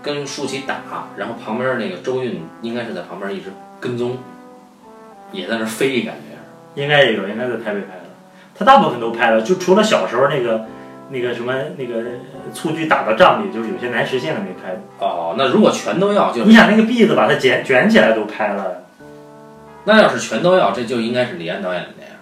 跟舒淇打，然后旁边那个周韵应该是在旁边一直跟踪，也在那飞，感觉是应该也有，应该在台北拍的。他大部分都拍了，就除了小时候那个那个什么那个呃蹴鞠打到帐里，就是有些难实现的没拍。哦，那如果全都要，就是你想那个篦子把它卷卷起来都拍了，那要是全都要，这就应该是李安导演的那样。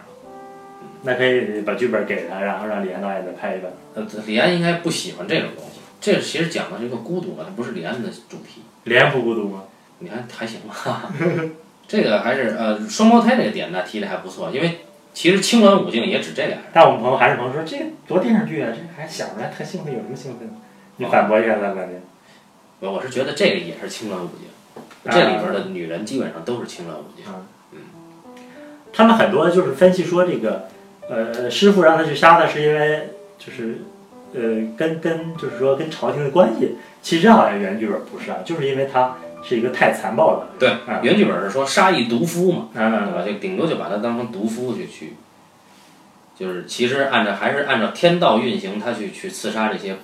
那可以把剧本给他，然后让李安导演再拍一版。呃，李安应该不喜欢这种东西，这其实讲的是一个孤独嘛，它不是李安的主题。李安不孤独吗？你看还行吧， [laughs] 这个还是呃双胞胎这个点呢提的还不错，因为其实青鸾舞镜也指这俩人，但我们朋友韩世鹏说这多电视剧啊，这还想不出来特兴奋，有什么兴奋的？你反驳一下他观点。我我是觉得这个也是青鸾舞镜，啊这里边的女人基本上都是青鸾舞镜，他们很多就是分析说这个，呃，师傅让他去杀他是因为就是，呃，跟跟就是说跟朝廷的关系，其实好像原剧本不是啊，就是因为他是一个太残暴的，对啊，原剧本是说杀一毒夫嘛，对嗯，吧？就顶多就把他当成毒夫去去，就是其实按照还是按照天道运行，他去去刺杀这些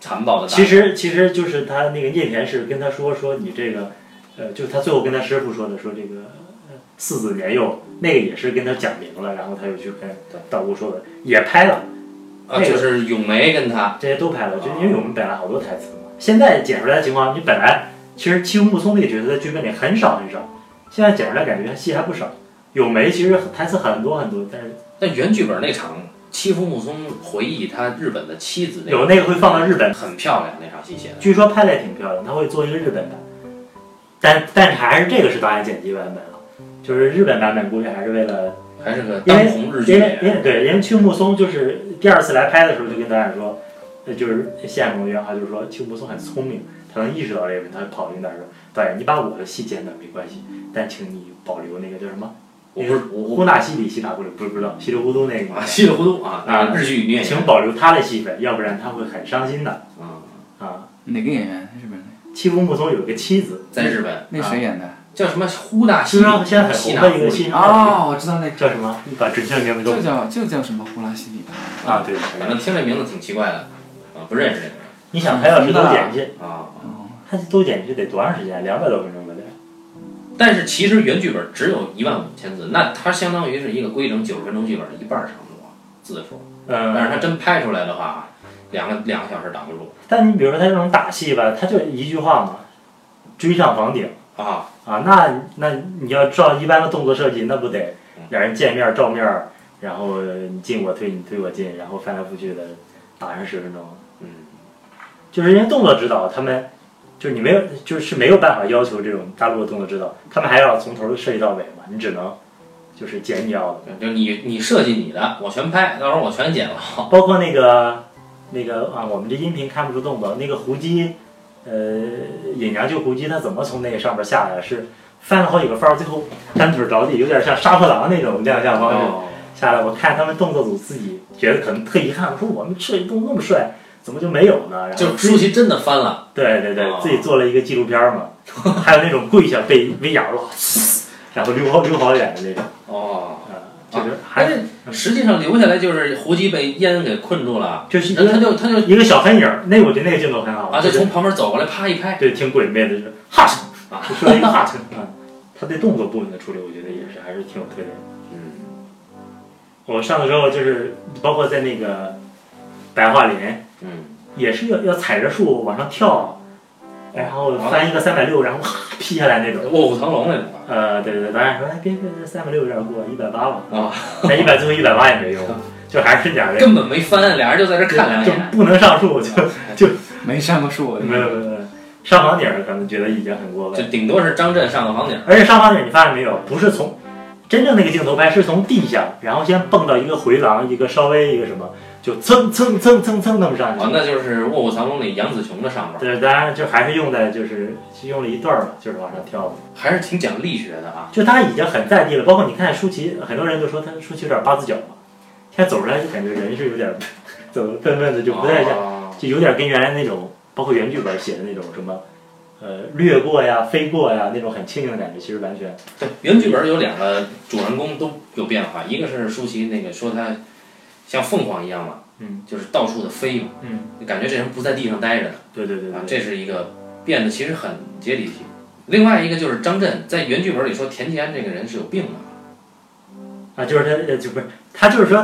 残暴的大其人。实其实就是他那个聂田是跟他说说你这个，呃，就是他最后跟他师傅说的，说这个呃四子年幼，那个也是跟他讲明了，然后他又去跟对道姑说的，也拍了，啊，就是咏梅跟他这些都拍了，就因为我们本来好多台词嘛。现在剪出来的情况，你本来其实七龙木松那个角色在剧本里很少很少，现在剪出来感觉戏还不少。咏梅其实台词很多很多，但是那原剧本那场欺负木松回忆他日本的妻子那有那个会放到日本，很漂亮那场戏写的。据说拍的也挺漂亮，他会做一个日本版，但但是还是这个是导演剪辑版本啊，就是日本版本估计还是为了还是个当红日剧因为演因员。为对，因为秋木松就是第二次来拍的时候就跟导演说，呃，就是谢海鹏的原话就是说秋木松很聪明，他可能意识到这个问题，他就跑进那儿说：“导演，你把我的戏剪短没关系，但请你保留那个叫什么我不是我呼纳西里希塔布里，不是不知道稀里糊涂那个我啊，稀里糊涂啊，那日剧女演员请保留他的戏份，要不然他会很伤心的啊，啊。哪个演员？日本的？七夫木松有一个妻子，在日本那谁演的？叫什么呼纳西啊西上现在西纳很红啊的一个西西上哦，我知道那个， [laughs] 叫什么？你把准确的名字给就我叫就叫什么呼拉西里吧。啊，对，反正听这名字挺奇怪的啊，不认识这个人你想他要是都剪去，啊。哦他都剪去得多长时间？两百多分钟吧得。但是其实原剧本只有一万五千字，那它相当于是一个规整九十分钟剧本的一半儿长度啊字数。但是嗯，它真拍出来的话，两个两个小时挡不住但你比如说他这种打戏吧，他就一句话嘛，追上房顶啊。啊，那那你要照一般的动作设计，那不得两人见面照面儿，然后你进我退，你退我进，然后翻来覆去的打上十分钟，嗯，就是因为动作指导他们。就是你没有，就是没有办法要求这种大陆的动作指导，他们还要从头设计到尾嘛，你只能就是剪你要的。就你你设计你的，我全拍，到时候我全剪了。包括那个那个啊，我们这音频看不出动作，那个胡姬，呃，尹娘救胡姬，她怎么从那个上面下来？是翻了好几个翻儿，最后单腿着地，有点像杀破狼那种亮相方式、哦，下来。我看他们动作组自己觉得可能特遗憾，我说我们这动作那么帅，怎么就没有呢？然 [laughs] 后就自舒己淇真的翻了，对对对哦，自己做了一个纪录片儿嘛，还有那种跪下被被咬了，然后溜好溜好远的那种，哦。啊、就是还但是实际上留下来就是胡姬被烟给困住了，就是一然后他个就他就一个小黑影儿，那我觉得那个镜头很好，啊，就就是从旁边走过来，啪一拍，对，挺鬼魅的，就是哈嚓 [laughs] 啊就说了一个哈嚓啊。他对动作部分的处理，我觉得也是还是挺有特点的。嗯我上的时候就是包括在那个白桦林，嗯，也是要要踩着树往上跳，然后翻一个三百六，然后哇劈下来那种。卧虎藏龙那种吧呃，对对对，导演说，哎，别别别，三百六有点过，一百八吧。啊，那一百最后一百八也没用，就还是俩人根本没翻，俩人就在这看两就眼。不能上树，就没上过树，我没有没有没有上房顶，可能觉得已经很过分了就。顶多是张震上个房顶，而且上方顶你发现没有，不是从真正那个镜头拍是从地下，然后先蹦到一个回廊，一个稍微一个什么，就蹭蹭蹭蹭蹭那么啊，上去。那就是《卧虎藏龙》里杨紫琼的上边，对，当然就还是用在就是用了一段嘛，就是往上跳嘛，还是挺讲力学的啊。就他已经很在地了。包括你看舒淇，很多人都说他舒淇有点八字脚嘛，现在走出来就感觉人是有点怎么笨笨的，就不太像，像就有点跟原来那种，包括原剧本写的那种什么，呃，掠过呀、飞过呀那种很轻盈的感觉，其实完全对，原剧本有两个主人公都有变化，一个是舒淇那个说她像凤凰一样嘛，嗯，就是到处的飞嘛，嗯，感觉这人不在地上待着的对对对对啊，，这是一个变得其实很接地气。另外一个就是张震，在原剧本里说田季安这个人是有病的，啊，就是他，呃就不是他，就是说， [laughs]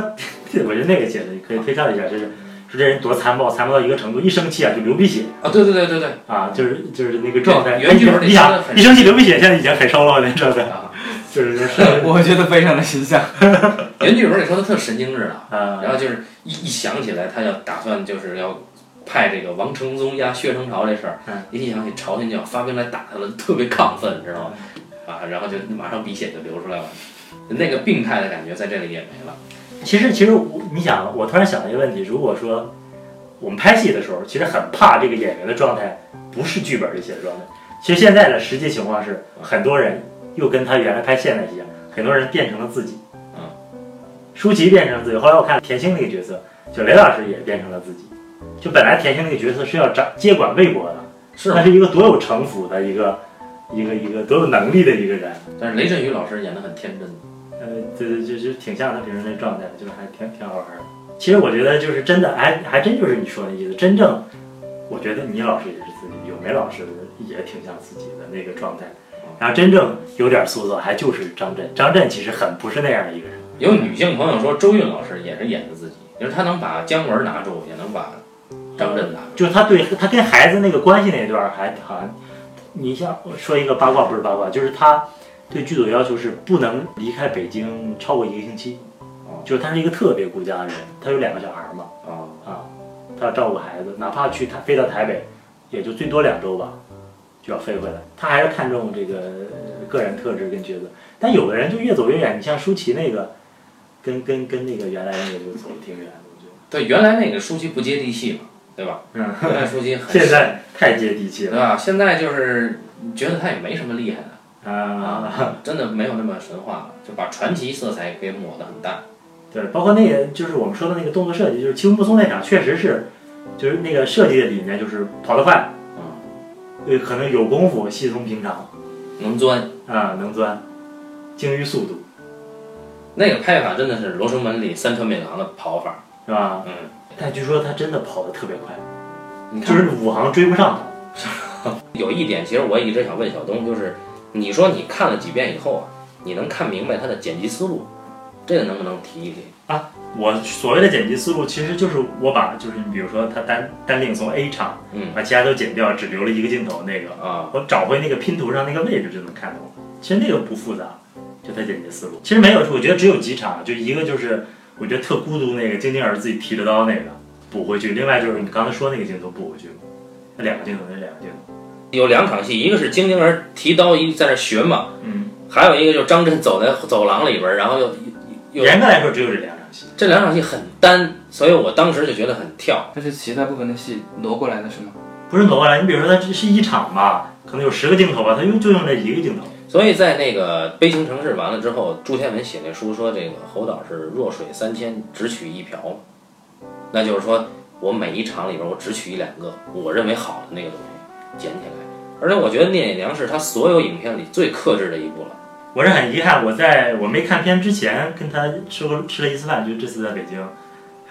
我觉得那个写的可以推敲一下，就是说这人多残暴，残暴到一个程度，一生气啊就流鼻血啊，对对对对对，啊，就是就是那个状态。对原剧本里你说想的，很一生气流鼻血，现在已经很烧了那状态，啊，就是就是 [laughs] 我觉得非常的形象。原剧本里说他特神经质啊，啊然后就是一一想起来，他要打算就是要派这个王承宗压薛成朝这事儿嗯，一想起朝廷就要发兵来打他了，特别亢奋，你知道吗？嗯啊，然后就马上鼻血就流出来了，那个病态的感觉在这里也没了。其实其实我你想，我突然想了一个问题，如果说我们拍戏的时候，其实很怕这个演员的状态不是剧本里写的状态。其实现在的实际情况是，很多人又跟他原来拍现代戏一样，很多人变成了自己。嗯，舒淇变成了自己，后来我看田星那个角色，就雷老师也变成了自己。就本来田星那个角色是要掌接管魏国的，是啊他吗？是一个多有城府的一个一个一个多有能力的一个人。但是雷震宇老师演的很天真，呃，对对，就就挺像他平时那状态，就是还挺挺好玩儿的。其实我觉得就是真的，还还真就是你说的意思，真正我觉得倪老师也是自己，咏梅老师也挺像自己的那个状态。然后真正有点塑造，还就是张震。张震其实很不是那样的一个人。有女性朋友说周韵老师也是演的自己，就是她能把姜文拿住，也能把张震拿住。就是他对他跟孩子那个关系那段儿还好像，你像我说一个八卦不是八卦，就是他对剧组要求是不能离开北京超过一个星期哦，就是他是一个特别顾家的人，他有两个小孩儿嘛，啊，啊，他要照顾孩子，哪怕去台飞到台北，也就最多两周吧，就要飞回来。他还是看重这个呃个人特质跟角色，但有的人就越走越远。你像舒淇那个，跟跟跟那个原来那个就走得挺远的，我觉得。 [laughs] 对，原来那个舒淇不接地气嘛，对吧？嗯，刘海书记很 [laughs] 现在太接地气对了吧？现在就是觉得他也没什么厉害的，啊！ [laughs] 真的没有那么神话了，就把传奇色彩给抹得很淡。对，包括那个就是我们说的那个动作设计，就是青木松那场确实是，就是那个设计的理念就是跑得快，呃，可能有功夫稀松平常能钻，啊，能钻，精于速度那个拍法真的是《罗生门》里三车美郎的跑法，是吧？嗯，但据说他真的跑得特别快，你看就是武行追不上他。有一点，其实我一直想问小东，就是你说你看了几遍以后啊，你能看明白他的剪辑思路，这个能不能提一提？我所谓的剪辑思路，其实就是我把就是你比如说他单单令从 A 场，嗯把其他都剪掉，只留了一个镜头那个，啊，我找回那个拼图上那个位置就能看懂。其实那个不复杂，就它简洁思路。其实没有，我觉得只有几场，就一个就是我觉得特孤独那个晶晶儿自己提着刀那个补回去，另外就是你刚才说那个镜头补回去了，那两个镜头那两个镜头，有两场戏，一个是精灵儿提刀一在那寻嘛，嗯，还有一个就是张震走在走廊里边儿，然后又又严格来说只有这两场戏。这两场戏很单，所以我当时就觉得很跳。但是其他部分的戏挪过来的是吗？不是挪过来，你比如说它这是一场吧，可能有十个镜头吧，它用就用这一个镜头。所以在那个《悲情城市》完了之后，朱天文写那书说，这个侯导是弱水三千，只取一瓢嘛，那就是说我每一场里边我只取一两个我认为好的那个东西捡起来。而且我觉得《聂隐娘》是他所有影片里最克制的一部了。我是很遗憾，我在我没看片之前跟他吃过吃了一次饭，就这次在北京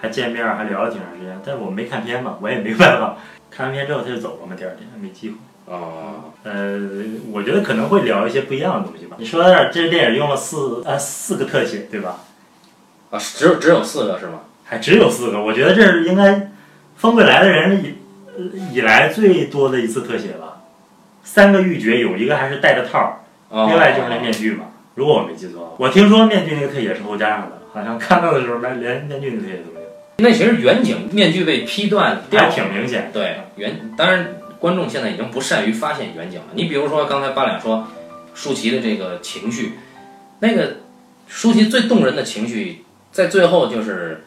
还见面儿还聊了挺长时间，但我没看片嘛，我也没办法。 [laughs] 看完片之后他就走了嘛，第二天没机会。啊、呃，我觉得可能会聊一些不一样的东西吧。你说到这儿，这电影用了四啊、四个特写，对吧？啊，只有只有四个是吗？还只有四个，我觉得这是应该风未来的人以呃以来最多的一次特写吧。三个欲绝，有一个还是戴着套儿，啊，另外就是那面具嘛，如果我没记错，我听说面具那个特写是后加上的，好像看到的时候连连面具那特写都没有，那其实远景面具被劈断掉还，挺明显。对远，当然观众现在已经不善于发现远景了。你比如说刚才八两说舒淇的这个情绪，那个舒淇最动人的情绪，在最后就是，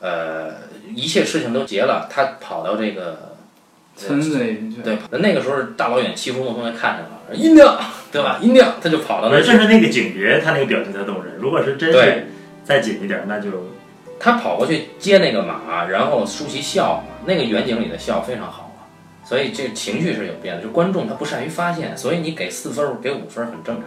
呃，一切事情都结了，她跑到这个村子里去。对，那个时候大老远戚风梦从那看见了，音调对吧？音调，他就跑到我那觉得儿，正是那个景别，他那个表情才动人。如果是真对是再紧一点，那就他跑过去接那个马，然后舒淇笑嘛，那个远景里的笑非常好啊。所以这情绪是有变的，就观众他不善于发现，所以你给四分儿给五分儿很正常。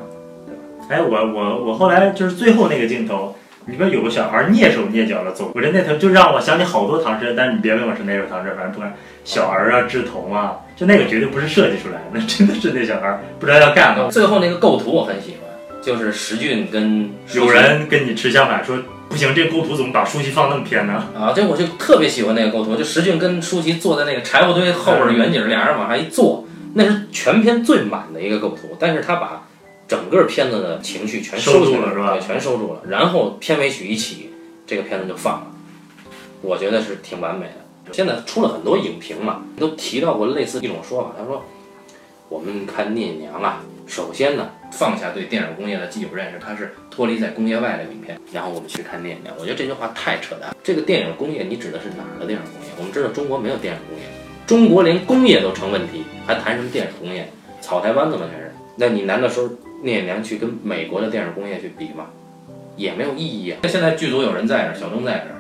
哎，我我我后来就是最后那个镜头，里边有个小孩蹑手蹑脚的走，我觉得那头就让我想起好多唐诗，但是你别问我是哪首唐诗，反正不管小儿啊、稚童啊，就那个绝对不是设计出来的，那 [laughs] 真的是那小孩不知道要干嘛。最后那个构图我很喜欢，就是石俊跟舒淇有人跟你持相反说，不行，这构图怎么把舒淇放那么偏呢？啊，这我就特别喜欢那个构图，就石俊跟舒淇坐在那个柴火堆后边的远景儿，俩人往上一坐，那是全片最满的一个构图，但是他把整个片子的情绪全收收起住来了是吧对，全收住了。然后片尾曲一起，这个片子就放了，我觉得是挺完美的。现在出了很多影评嘛，都提到过类似一种说法，他说我们看《聂隐娘》啊，首先呢放下对电影工业的既有认识，它是脱离在工业外的影片，然后我们去看《聂隐娘》。我觉得这句话太扯淡。这个电影工业，你指的是哪儿的电影工业？我们知道中国没有电影工业，中国连工业都成问题，还谈什么电影工业？草台班子吗？还是？那你难道说《聂隐娘》去跟美国的电影工业去比吗？也没有意义啊。现在剧组有人在这儿，小东在这儿。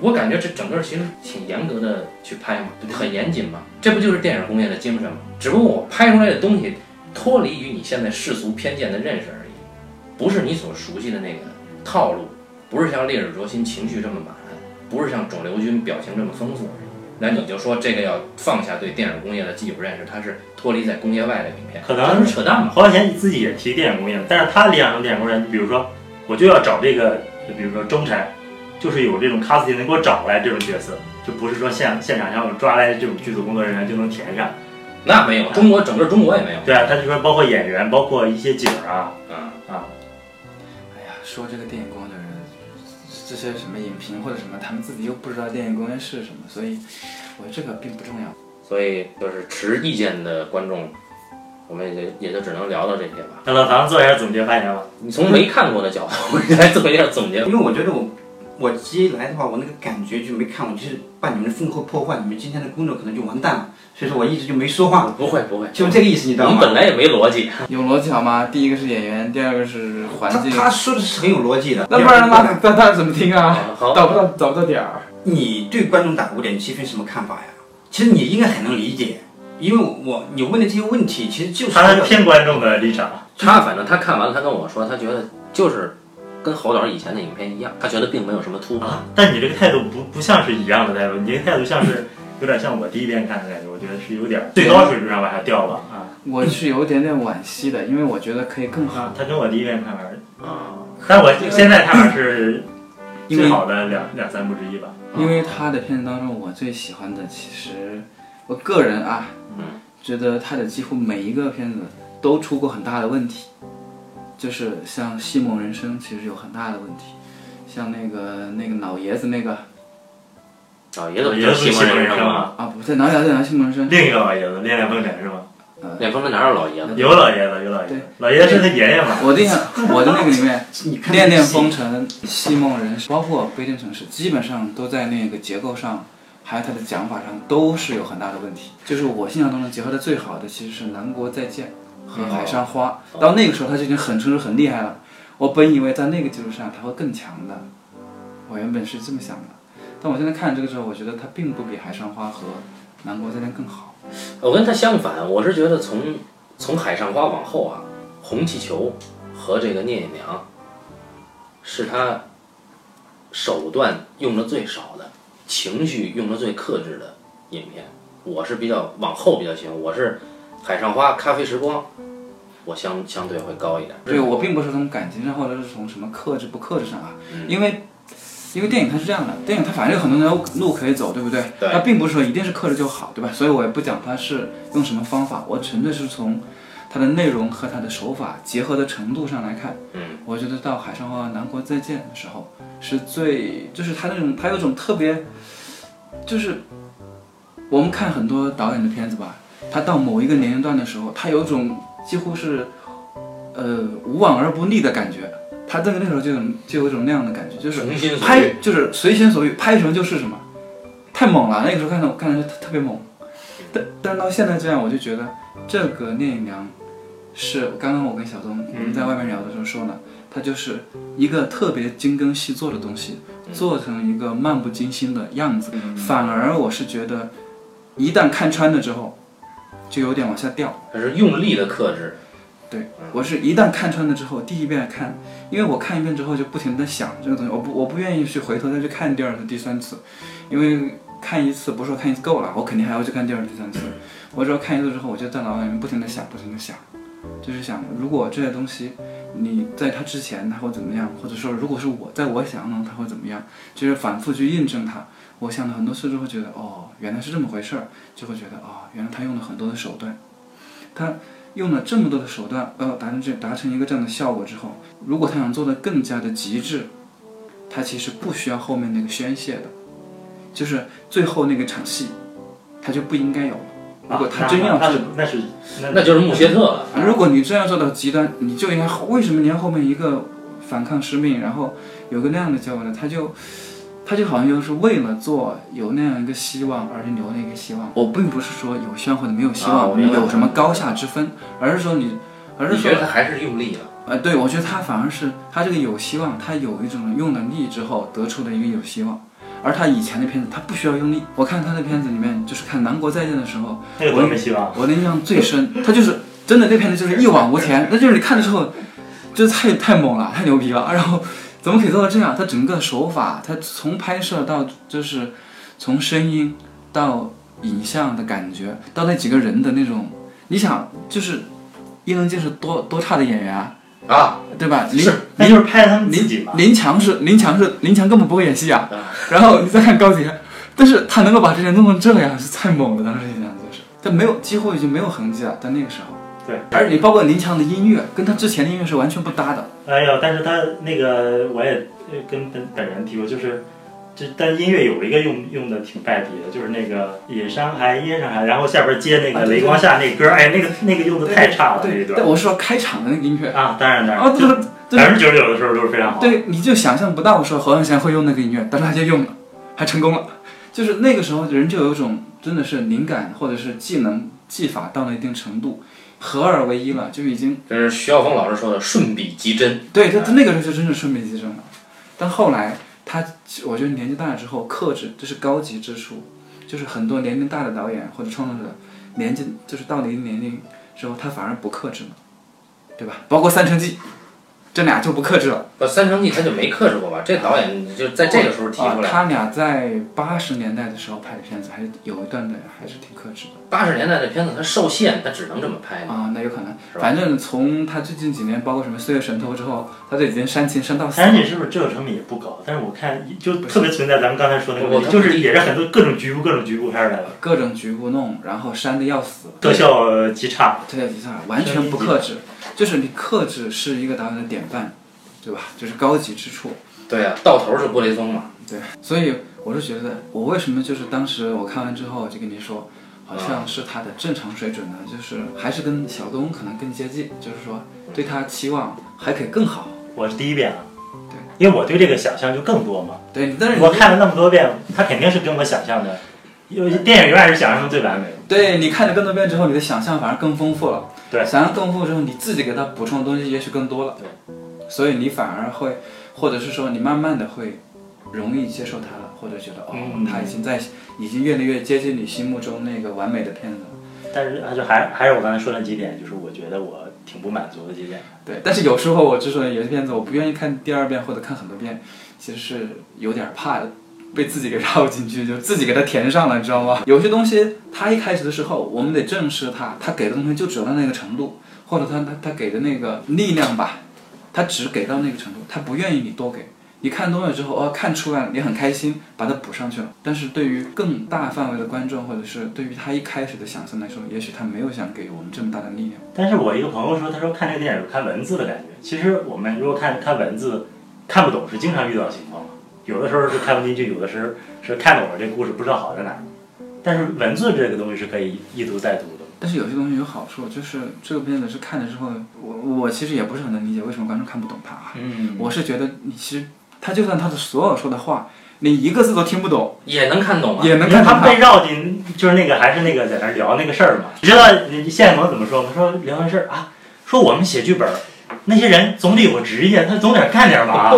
我感觉这整个其实挺严格的去拍嘛，很严谨嘛，这不就是电影工业的精神吗？只不过我拍出来的东西脱离于你现在世俗偏见的认识而已，不是你所熟悉的那个套路，不是像烈日灼心情绪这么满，不是像肿瘤君表情这么丰富而已。那你就说这个要放下对电影工业的既有认识，它是脱离在工业外的影片，可能这不是扯淡嘛？侯孝贤自己也提电影工业，但是他理想中电影工业，你比如说，我就要找这个，就比如说中柴，就是有这种 casting 能给我找来这种角色，就不是说现现场让我抓来这种剧组工作人员就能填上。那没有，中国整个中国也没有对啊，他就说包括演员，包括一些景儿啊啊。啊，哎呀，说这个电影工的人，这些什么影评或者什么，他们自己又不知道电影工业是什么，所以我觉得这个并不重要。所以就是持意见的观众，我们也就也就只能聊到这些吧。那老唐做一下总结发言吧。你从没看过的角度来做一下总结因为我觉得我我直接来的话，我那个感觉就没看，我就是把你们的风格破坏，你们今天的工作可能就完蛋了。所以说我一直就没说话，啊不会不会，就这个意思，你知我道们吗？本来也没逻辑，有逻辑好吗？第一个是演员，第二个是环他境，他说的是很有逻辑的，那不然他妈他他怎么听 [laughs] 啊？啊好，找不到找不到点儿。你对观众打五点七分什么看法呀？其实你应该很能理解，因为我你问的这些问题其实就是他骗观众的立场，他反正他看完了，他跟我说，他觉得就是跟侯导以前的影片一样，他觉得并没有什么突破。啊，但你这个态度不不像是一样的态度，你这个态度像是有点像我第一遍看的感觉，我觉得是有点最高水准上往下掉了啊我是有点点惋惜的，因为我觉得可以更好。啊！他跟我第一遍看法，啊，但我现在看法是因最为好的两两三部之一吧。因为他的片子当中，我最喜欢的其实我个人啊，嗯觉得他的几乎每一个片子都出过很大的问题，就是像《戏梦人生》其实有很大的问题，像那个那个老爷子那个老爷子不就是西蒙人生吗？啊，不在哪里啊在哪里《戏梦人生》另一个老爷子，恋恋风尘是吗？呃，练风筝哪有老爷子？有老爷子，有老爷对子，老爷子是他爷爷嘛？我的印象我的那个里面，你《看恋恋风风，尘》《戏梦人生》，包括《不一定城市》，基本上都在那个结构上，还有它的讲法上，都是有很大的问题。就是我印象当中结合的最好的其实是《南国再见》和《海上花》，哦到那个时候他就已经很成熟、很厉害了。我本以为在那个基础上他会更强的，我原本是这么想的。但我现在看这个之后，我觉得它并不比《海上花》和《南国再见》更好。我跟他相反，我是觉得从从海上花往后啊，红气球和这个聂隐娘是他手段用的最少的，情绪用的最克制的影片。我是比较往后比较喜欢，我是海上花、咖啡时光，我相相对会高一点。对我并不是从感情上，或者是从什么克制不克制上啊，嗯因为因为电影它是这样的，电影它反正有很多条路可以走，对不对？对它并不是说一定是克制就好，对吧？所以我也不讲它是用什么方法，我纯粹是从它的内容和它的手法结合的程度上来看。嗯，我觉得到《海上花》《南国再见》的时候，是最就是它那种它有一种特别，就是我们看很多导演的片子吧，他到某一个年龄段的时候，他有一种几乎是呃无往而不利的感觉。他那个那时候就有就有一种那样的感觉，就是重新拍就是随心所欲，拍什么就是什么，太猛了。那个时候看着我看着就特特别猛，但但是到现在这样，我就觉得这个聂隐娘是刚刚我跟小东我们在外面聊的时候说呢，它就是一个特别精耕细作的东西，嗯做成一个漫不经心的样子。嗯反而我是觉得，一旦看穿了之后，就有点往下掉。但是用力的克制。对，我是一旦看穿了之后，第一遍看，因为我看一遍之后就不停的想这个东西，我不我不愿意去回头再去看第二次、第三次，因为看一次不是说看一次够了，我肯定还要去看第二次、第三次。我只要看一次之后，我就在脑海里面不停的想，不停的想，就是想如果这些东西你在它之前它会怎么样，或者说如果是我在我想中它会怎么样，就是反复去印证它。我想了很多事之后，觉得哦原来是这么回事儿，就会觉得哦原来他用了很多的手段，他用了这么多的手段，呃，达成这达成一个这样的效果之后，如果他想做的更加的极致，他其实不需要后面那个宣泄的，就是最后那个场戏，他就不应该有了。如果他啊真要那是那是那那就是穆歇特了。如果你真要做到极端，你就应该后为什么你要后面一个反抗失命，然后有个那样的结果呢？他就他就好像就是为了做有那样一个希望而去留了一个希望。我并不是说有希望或者没有希啊望，我明白有什么高下之分，而是说你，而是你说觉得他还是用力了？呃，对，我觉得他反而是他这个有希望，他有一种用了力之后得出的一个有希望，而他以前的片子他不需要用力。我看他的片子里面，就是看《南国再见》的时候，那有多没希望？我的印象最深，他就是真的那片子就是一往无前，那就是你看的时候，就是太太猛了，太牛逼了。然后怎么可以做到这样？他整个手法，他从拍摄到就是从声音到影像的感觉，到那几个人的那种，你想就是伊能静是多多差的演员啊，啊，对吧？林是那就是拍他们自己嘛。林强是林强是林强根本不会演戏啊。然后你再看高洁，但是他能够把这些弄成这样是太猛了，当时印象就是，他没有几乎已经没有痕迹了，在那个时候。对，而你包括林强的音乐，跟他之前的音乐是完全不搭的。哎呦，但是他那个我也呃跟本本人提过，就是这但音乐有一个用用的挺败笔的，就是那个野山海夜上海，然后下边接那啊个对雷光下那歌，哎，那个那个用的太差了那一对，段但我是说开场的那个音乐，啊，当然当啊，然，对对对百分之九十九的时候都是非常好。对，你就想象不到说侯孝贤会用那个音乐，但是他就用了，还成功了。就是那个时候人就有一种真的是灵感或者是技能技法到了一定程度，合二为一了，就已经这是徐晓峰老师说的“顺笔即真对他他那个时候就真是顺笔即生了。但后来他，我觉得年纪大了之后克制，这是高级之处，就是很多年龄大的导演或者创作者，年纪就是到了一定年龄之后，他反而不克制了，对吧？包括《三城记》，这俩就不克制了。”。不，《呃三城记》他就没克制过吧？这导演就在这个时候提啊出，来。他俩在八十年代的时候拍的片子，还是有一段的还是挺克制八十年代的片子，它受限，它只能这么拍的。啊，那有可能。哎是吧反正从他最近几年，包括什么《岁月神偷》之后，他就已经煽情煽到死三。姐是不是制作成本也不高？但是我看就特别存在咱们刚才说那个问我题，就是也是很多各种局部各种局部拍出来的，各种局部弄，然后煽的要死，特效呃极差。对，比萨完全不克制，就是你克制是一个导演的典范，对吧？就是高级之处。对啊，到头是布雷松嘛。对，所以我是觉得，我为什么就是当时我看完之后就跟你说，好像是他的正常水准呢，就是还是跟小东可能更接近，就是说对他期望还可以更好。我是第一遍啊，对，因为我对这个想象就更多嘛。对，但是你我看了那么多遍，它肯定是跟我想象的，因为电影永远是想象中最完美的。对你看了更多遍之后，你的想象反而更丰富了。对想象更丰富之后，你自己给他补充的东西也许更多了。对，所以你反而会，或者是说你慢慢的会容易接受它了，或者觉得哦，嗯他已经在已经越来越接近你心目中那个完美的片子了。但是啊，就还还是我刚才说那几点，就是我觉得我挺不满足的几点。对，但是有时候我之所以有些片子我不愿意看第二遍或者看很多遍，其实是有点怕被自己给绕进去，就自己给它填上了，你知道吗？有些东西它一开始的时候，我们得正视它，它给的东西就只有到那个程度，或者它它它给的那个力量吧，它只给到那个程度，它不愿意你多给。你看多了之后，哦，看出来了，你很开心，把它补上去了。但是对于更大范围的观众，或者是对于他一开始的想象来说，也许他没有想给我们这么大的力量。但是我一个朋友说，他说看这个电影有看文字的感觉。其实我们如果看看文字，看不懂是经常遇到的情况嘛。有的时候是看不进去，有的时候是看懂了这故事不知道好在哪儿。但是文字这个东西是可以一读再读的。但是有些东西有好处，就是这个片子是看了之后，我我其实也不是很能理解为什么观众看不懂它啊。嗯我是觉得你其实他就算他的所有说的话，你一个字都听不懂，也能看懂啊。也能 [laughs] 因为看懂他它。被绕进，就是那个还是那个在那儿聊那个事儿嘛。你知道现在能怎么说吗？说聊完事儿啊，说我们写剧本儿，那些人总得有个职业，他总得干点嘛，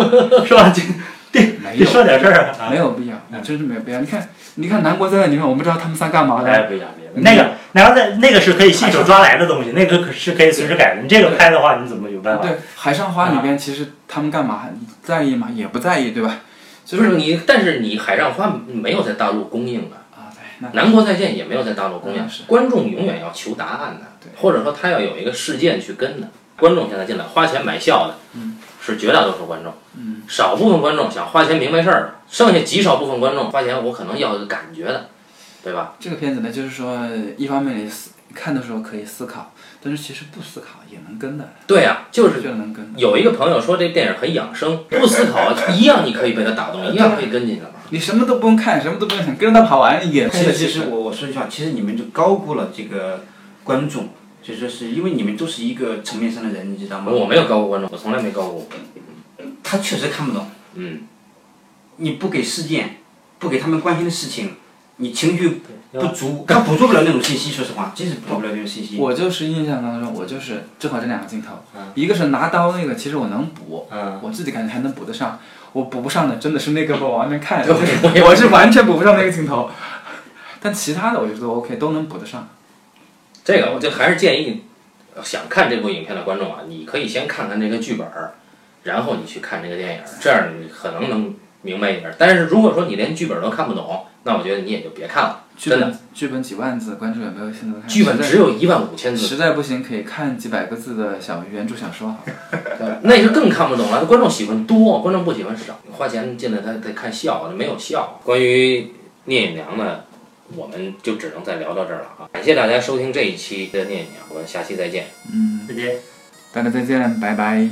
是吧？就没得有说点事儿啊没。有必要，我真是没有必要。你看，你看南国灾难里面，我们知道他们仨干嘛哎，的，不一样，不一样。那个，然后在那个是可以信手抓来的东西，那个可是可以随时改的。你这个拍的话，你怎么有办法？对，《海上花》里边其实他们干嘛你在意吗？也不在意，对吧？就不是是你，但是你《海上花》没有在大陆公映啊，啊，对， 《那南国再见》也没有在大陆公那映啊是，观众永远要求答案的对，或者说他要有一个事件去跟的。观众现在进来花钱买票的，嗯是绝大多数观众，嗯少部分观众想花钱明白事儿的，剩下极少部分观众花钱我可能要有感觉的，对吧？这个片子呢，就是说一方面你思看的时候可以思考，但是其实不思考也能跟的，对呀、就我是觉得能跟的。有一个朋友说这电影很养生，不思考一样你可以被他打动，一样可以跟进去嘛。你什么都不用看，什么都不用想，跟着他跑完也其是实，其实我我说句话，其实你们就高估了这个观众，就说是因为你们都是一个层面上的人，你知道吗？我没有高过观众，我从来没高过。他确实看不懂，嗯，你不给事件，不给他们关心的事情，你情绪对不足，他捕捉不了那种信息。说实话，真是捕捉不了那种信息。我就是印象当中，我就是正好这两个镜头，嗯一个是拿刀那个，其实我能补，嗯，我自己感觉还能补得上，我补不上的真的是那个我往那边看，对我也我是完全补不上那个镜头， [laughs] 但其他的我觉得都 OK，都能补得上。这个我就还是建议想看这部影片的观众啊，你可以先看看这个剧本儿，然后你去看这个电影儿，这样你可能能明白一点儿。但是如果说你连剧本都看不懂，那我觉得你也就别看了。剧真的本剧本几万字，观众有没有现在看？剧本只实有一万五千在字，实在不行可以看几百个字的小原著小说好了。那就更看不懂了。观众喜欢多，观众不喜欢少。花钱进来他得看笑，没有笑。关于聂隐娘呢，我们就只能再聊到这儿了啊！感谢大家收听这一期的聂隐娘，我们下期再见。嗯，再见。大家再见，拜拜。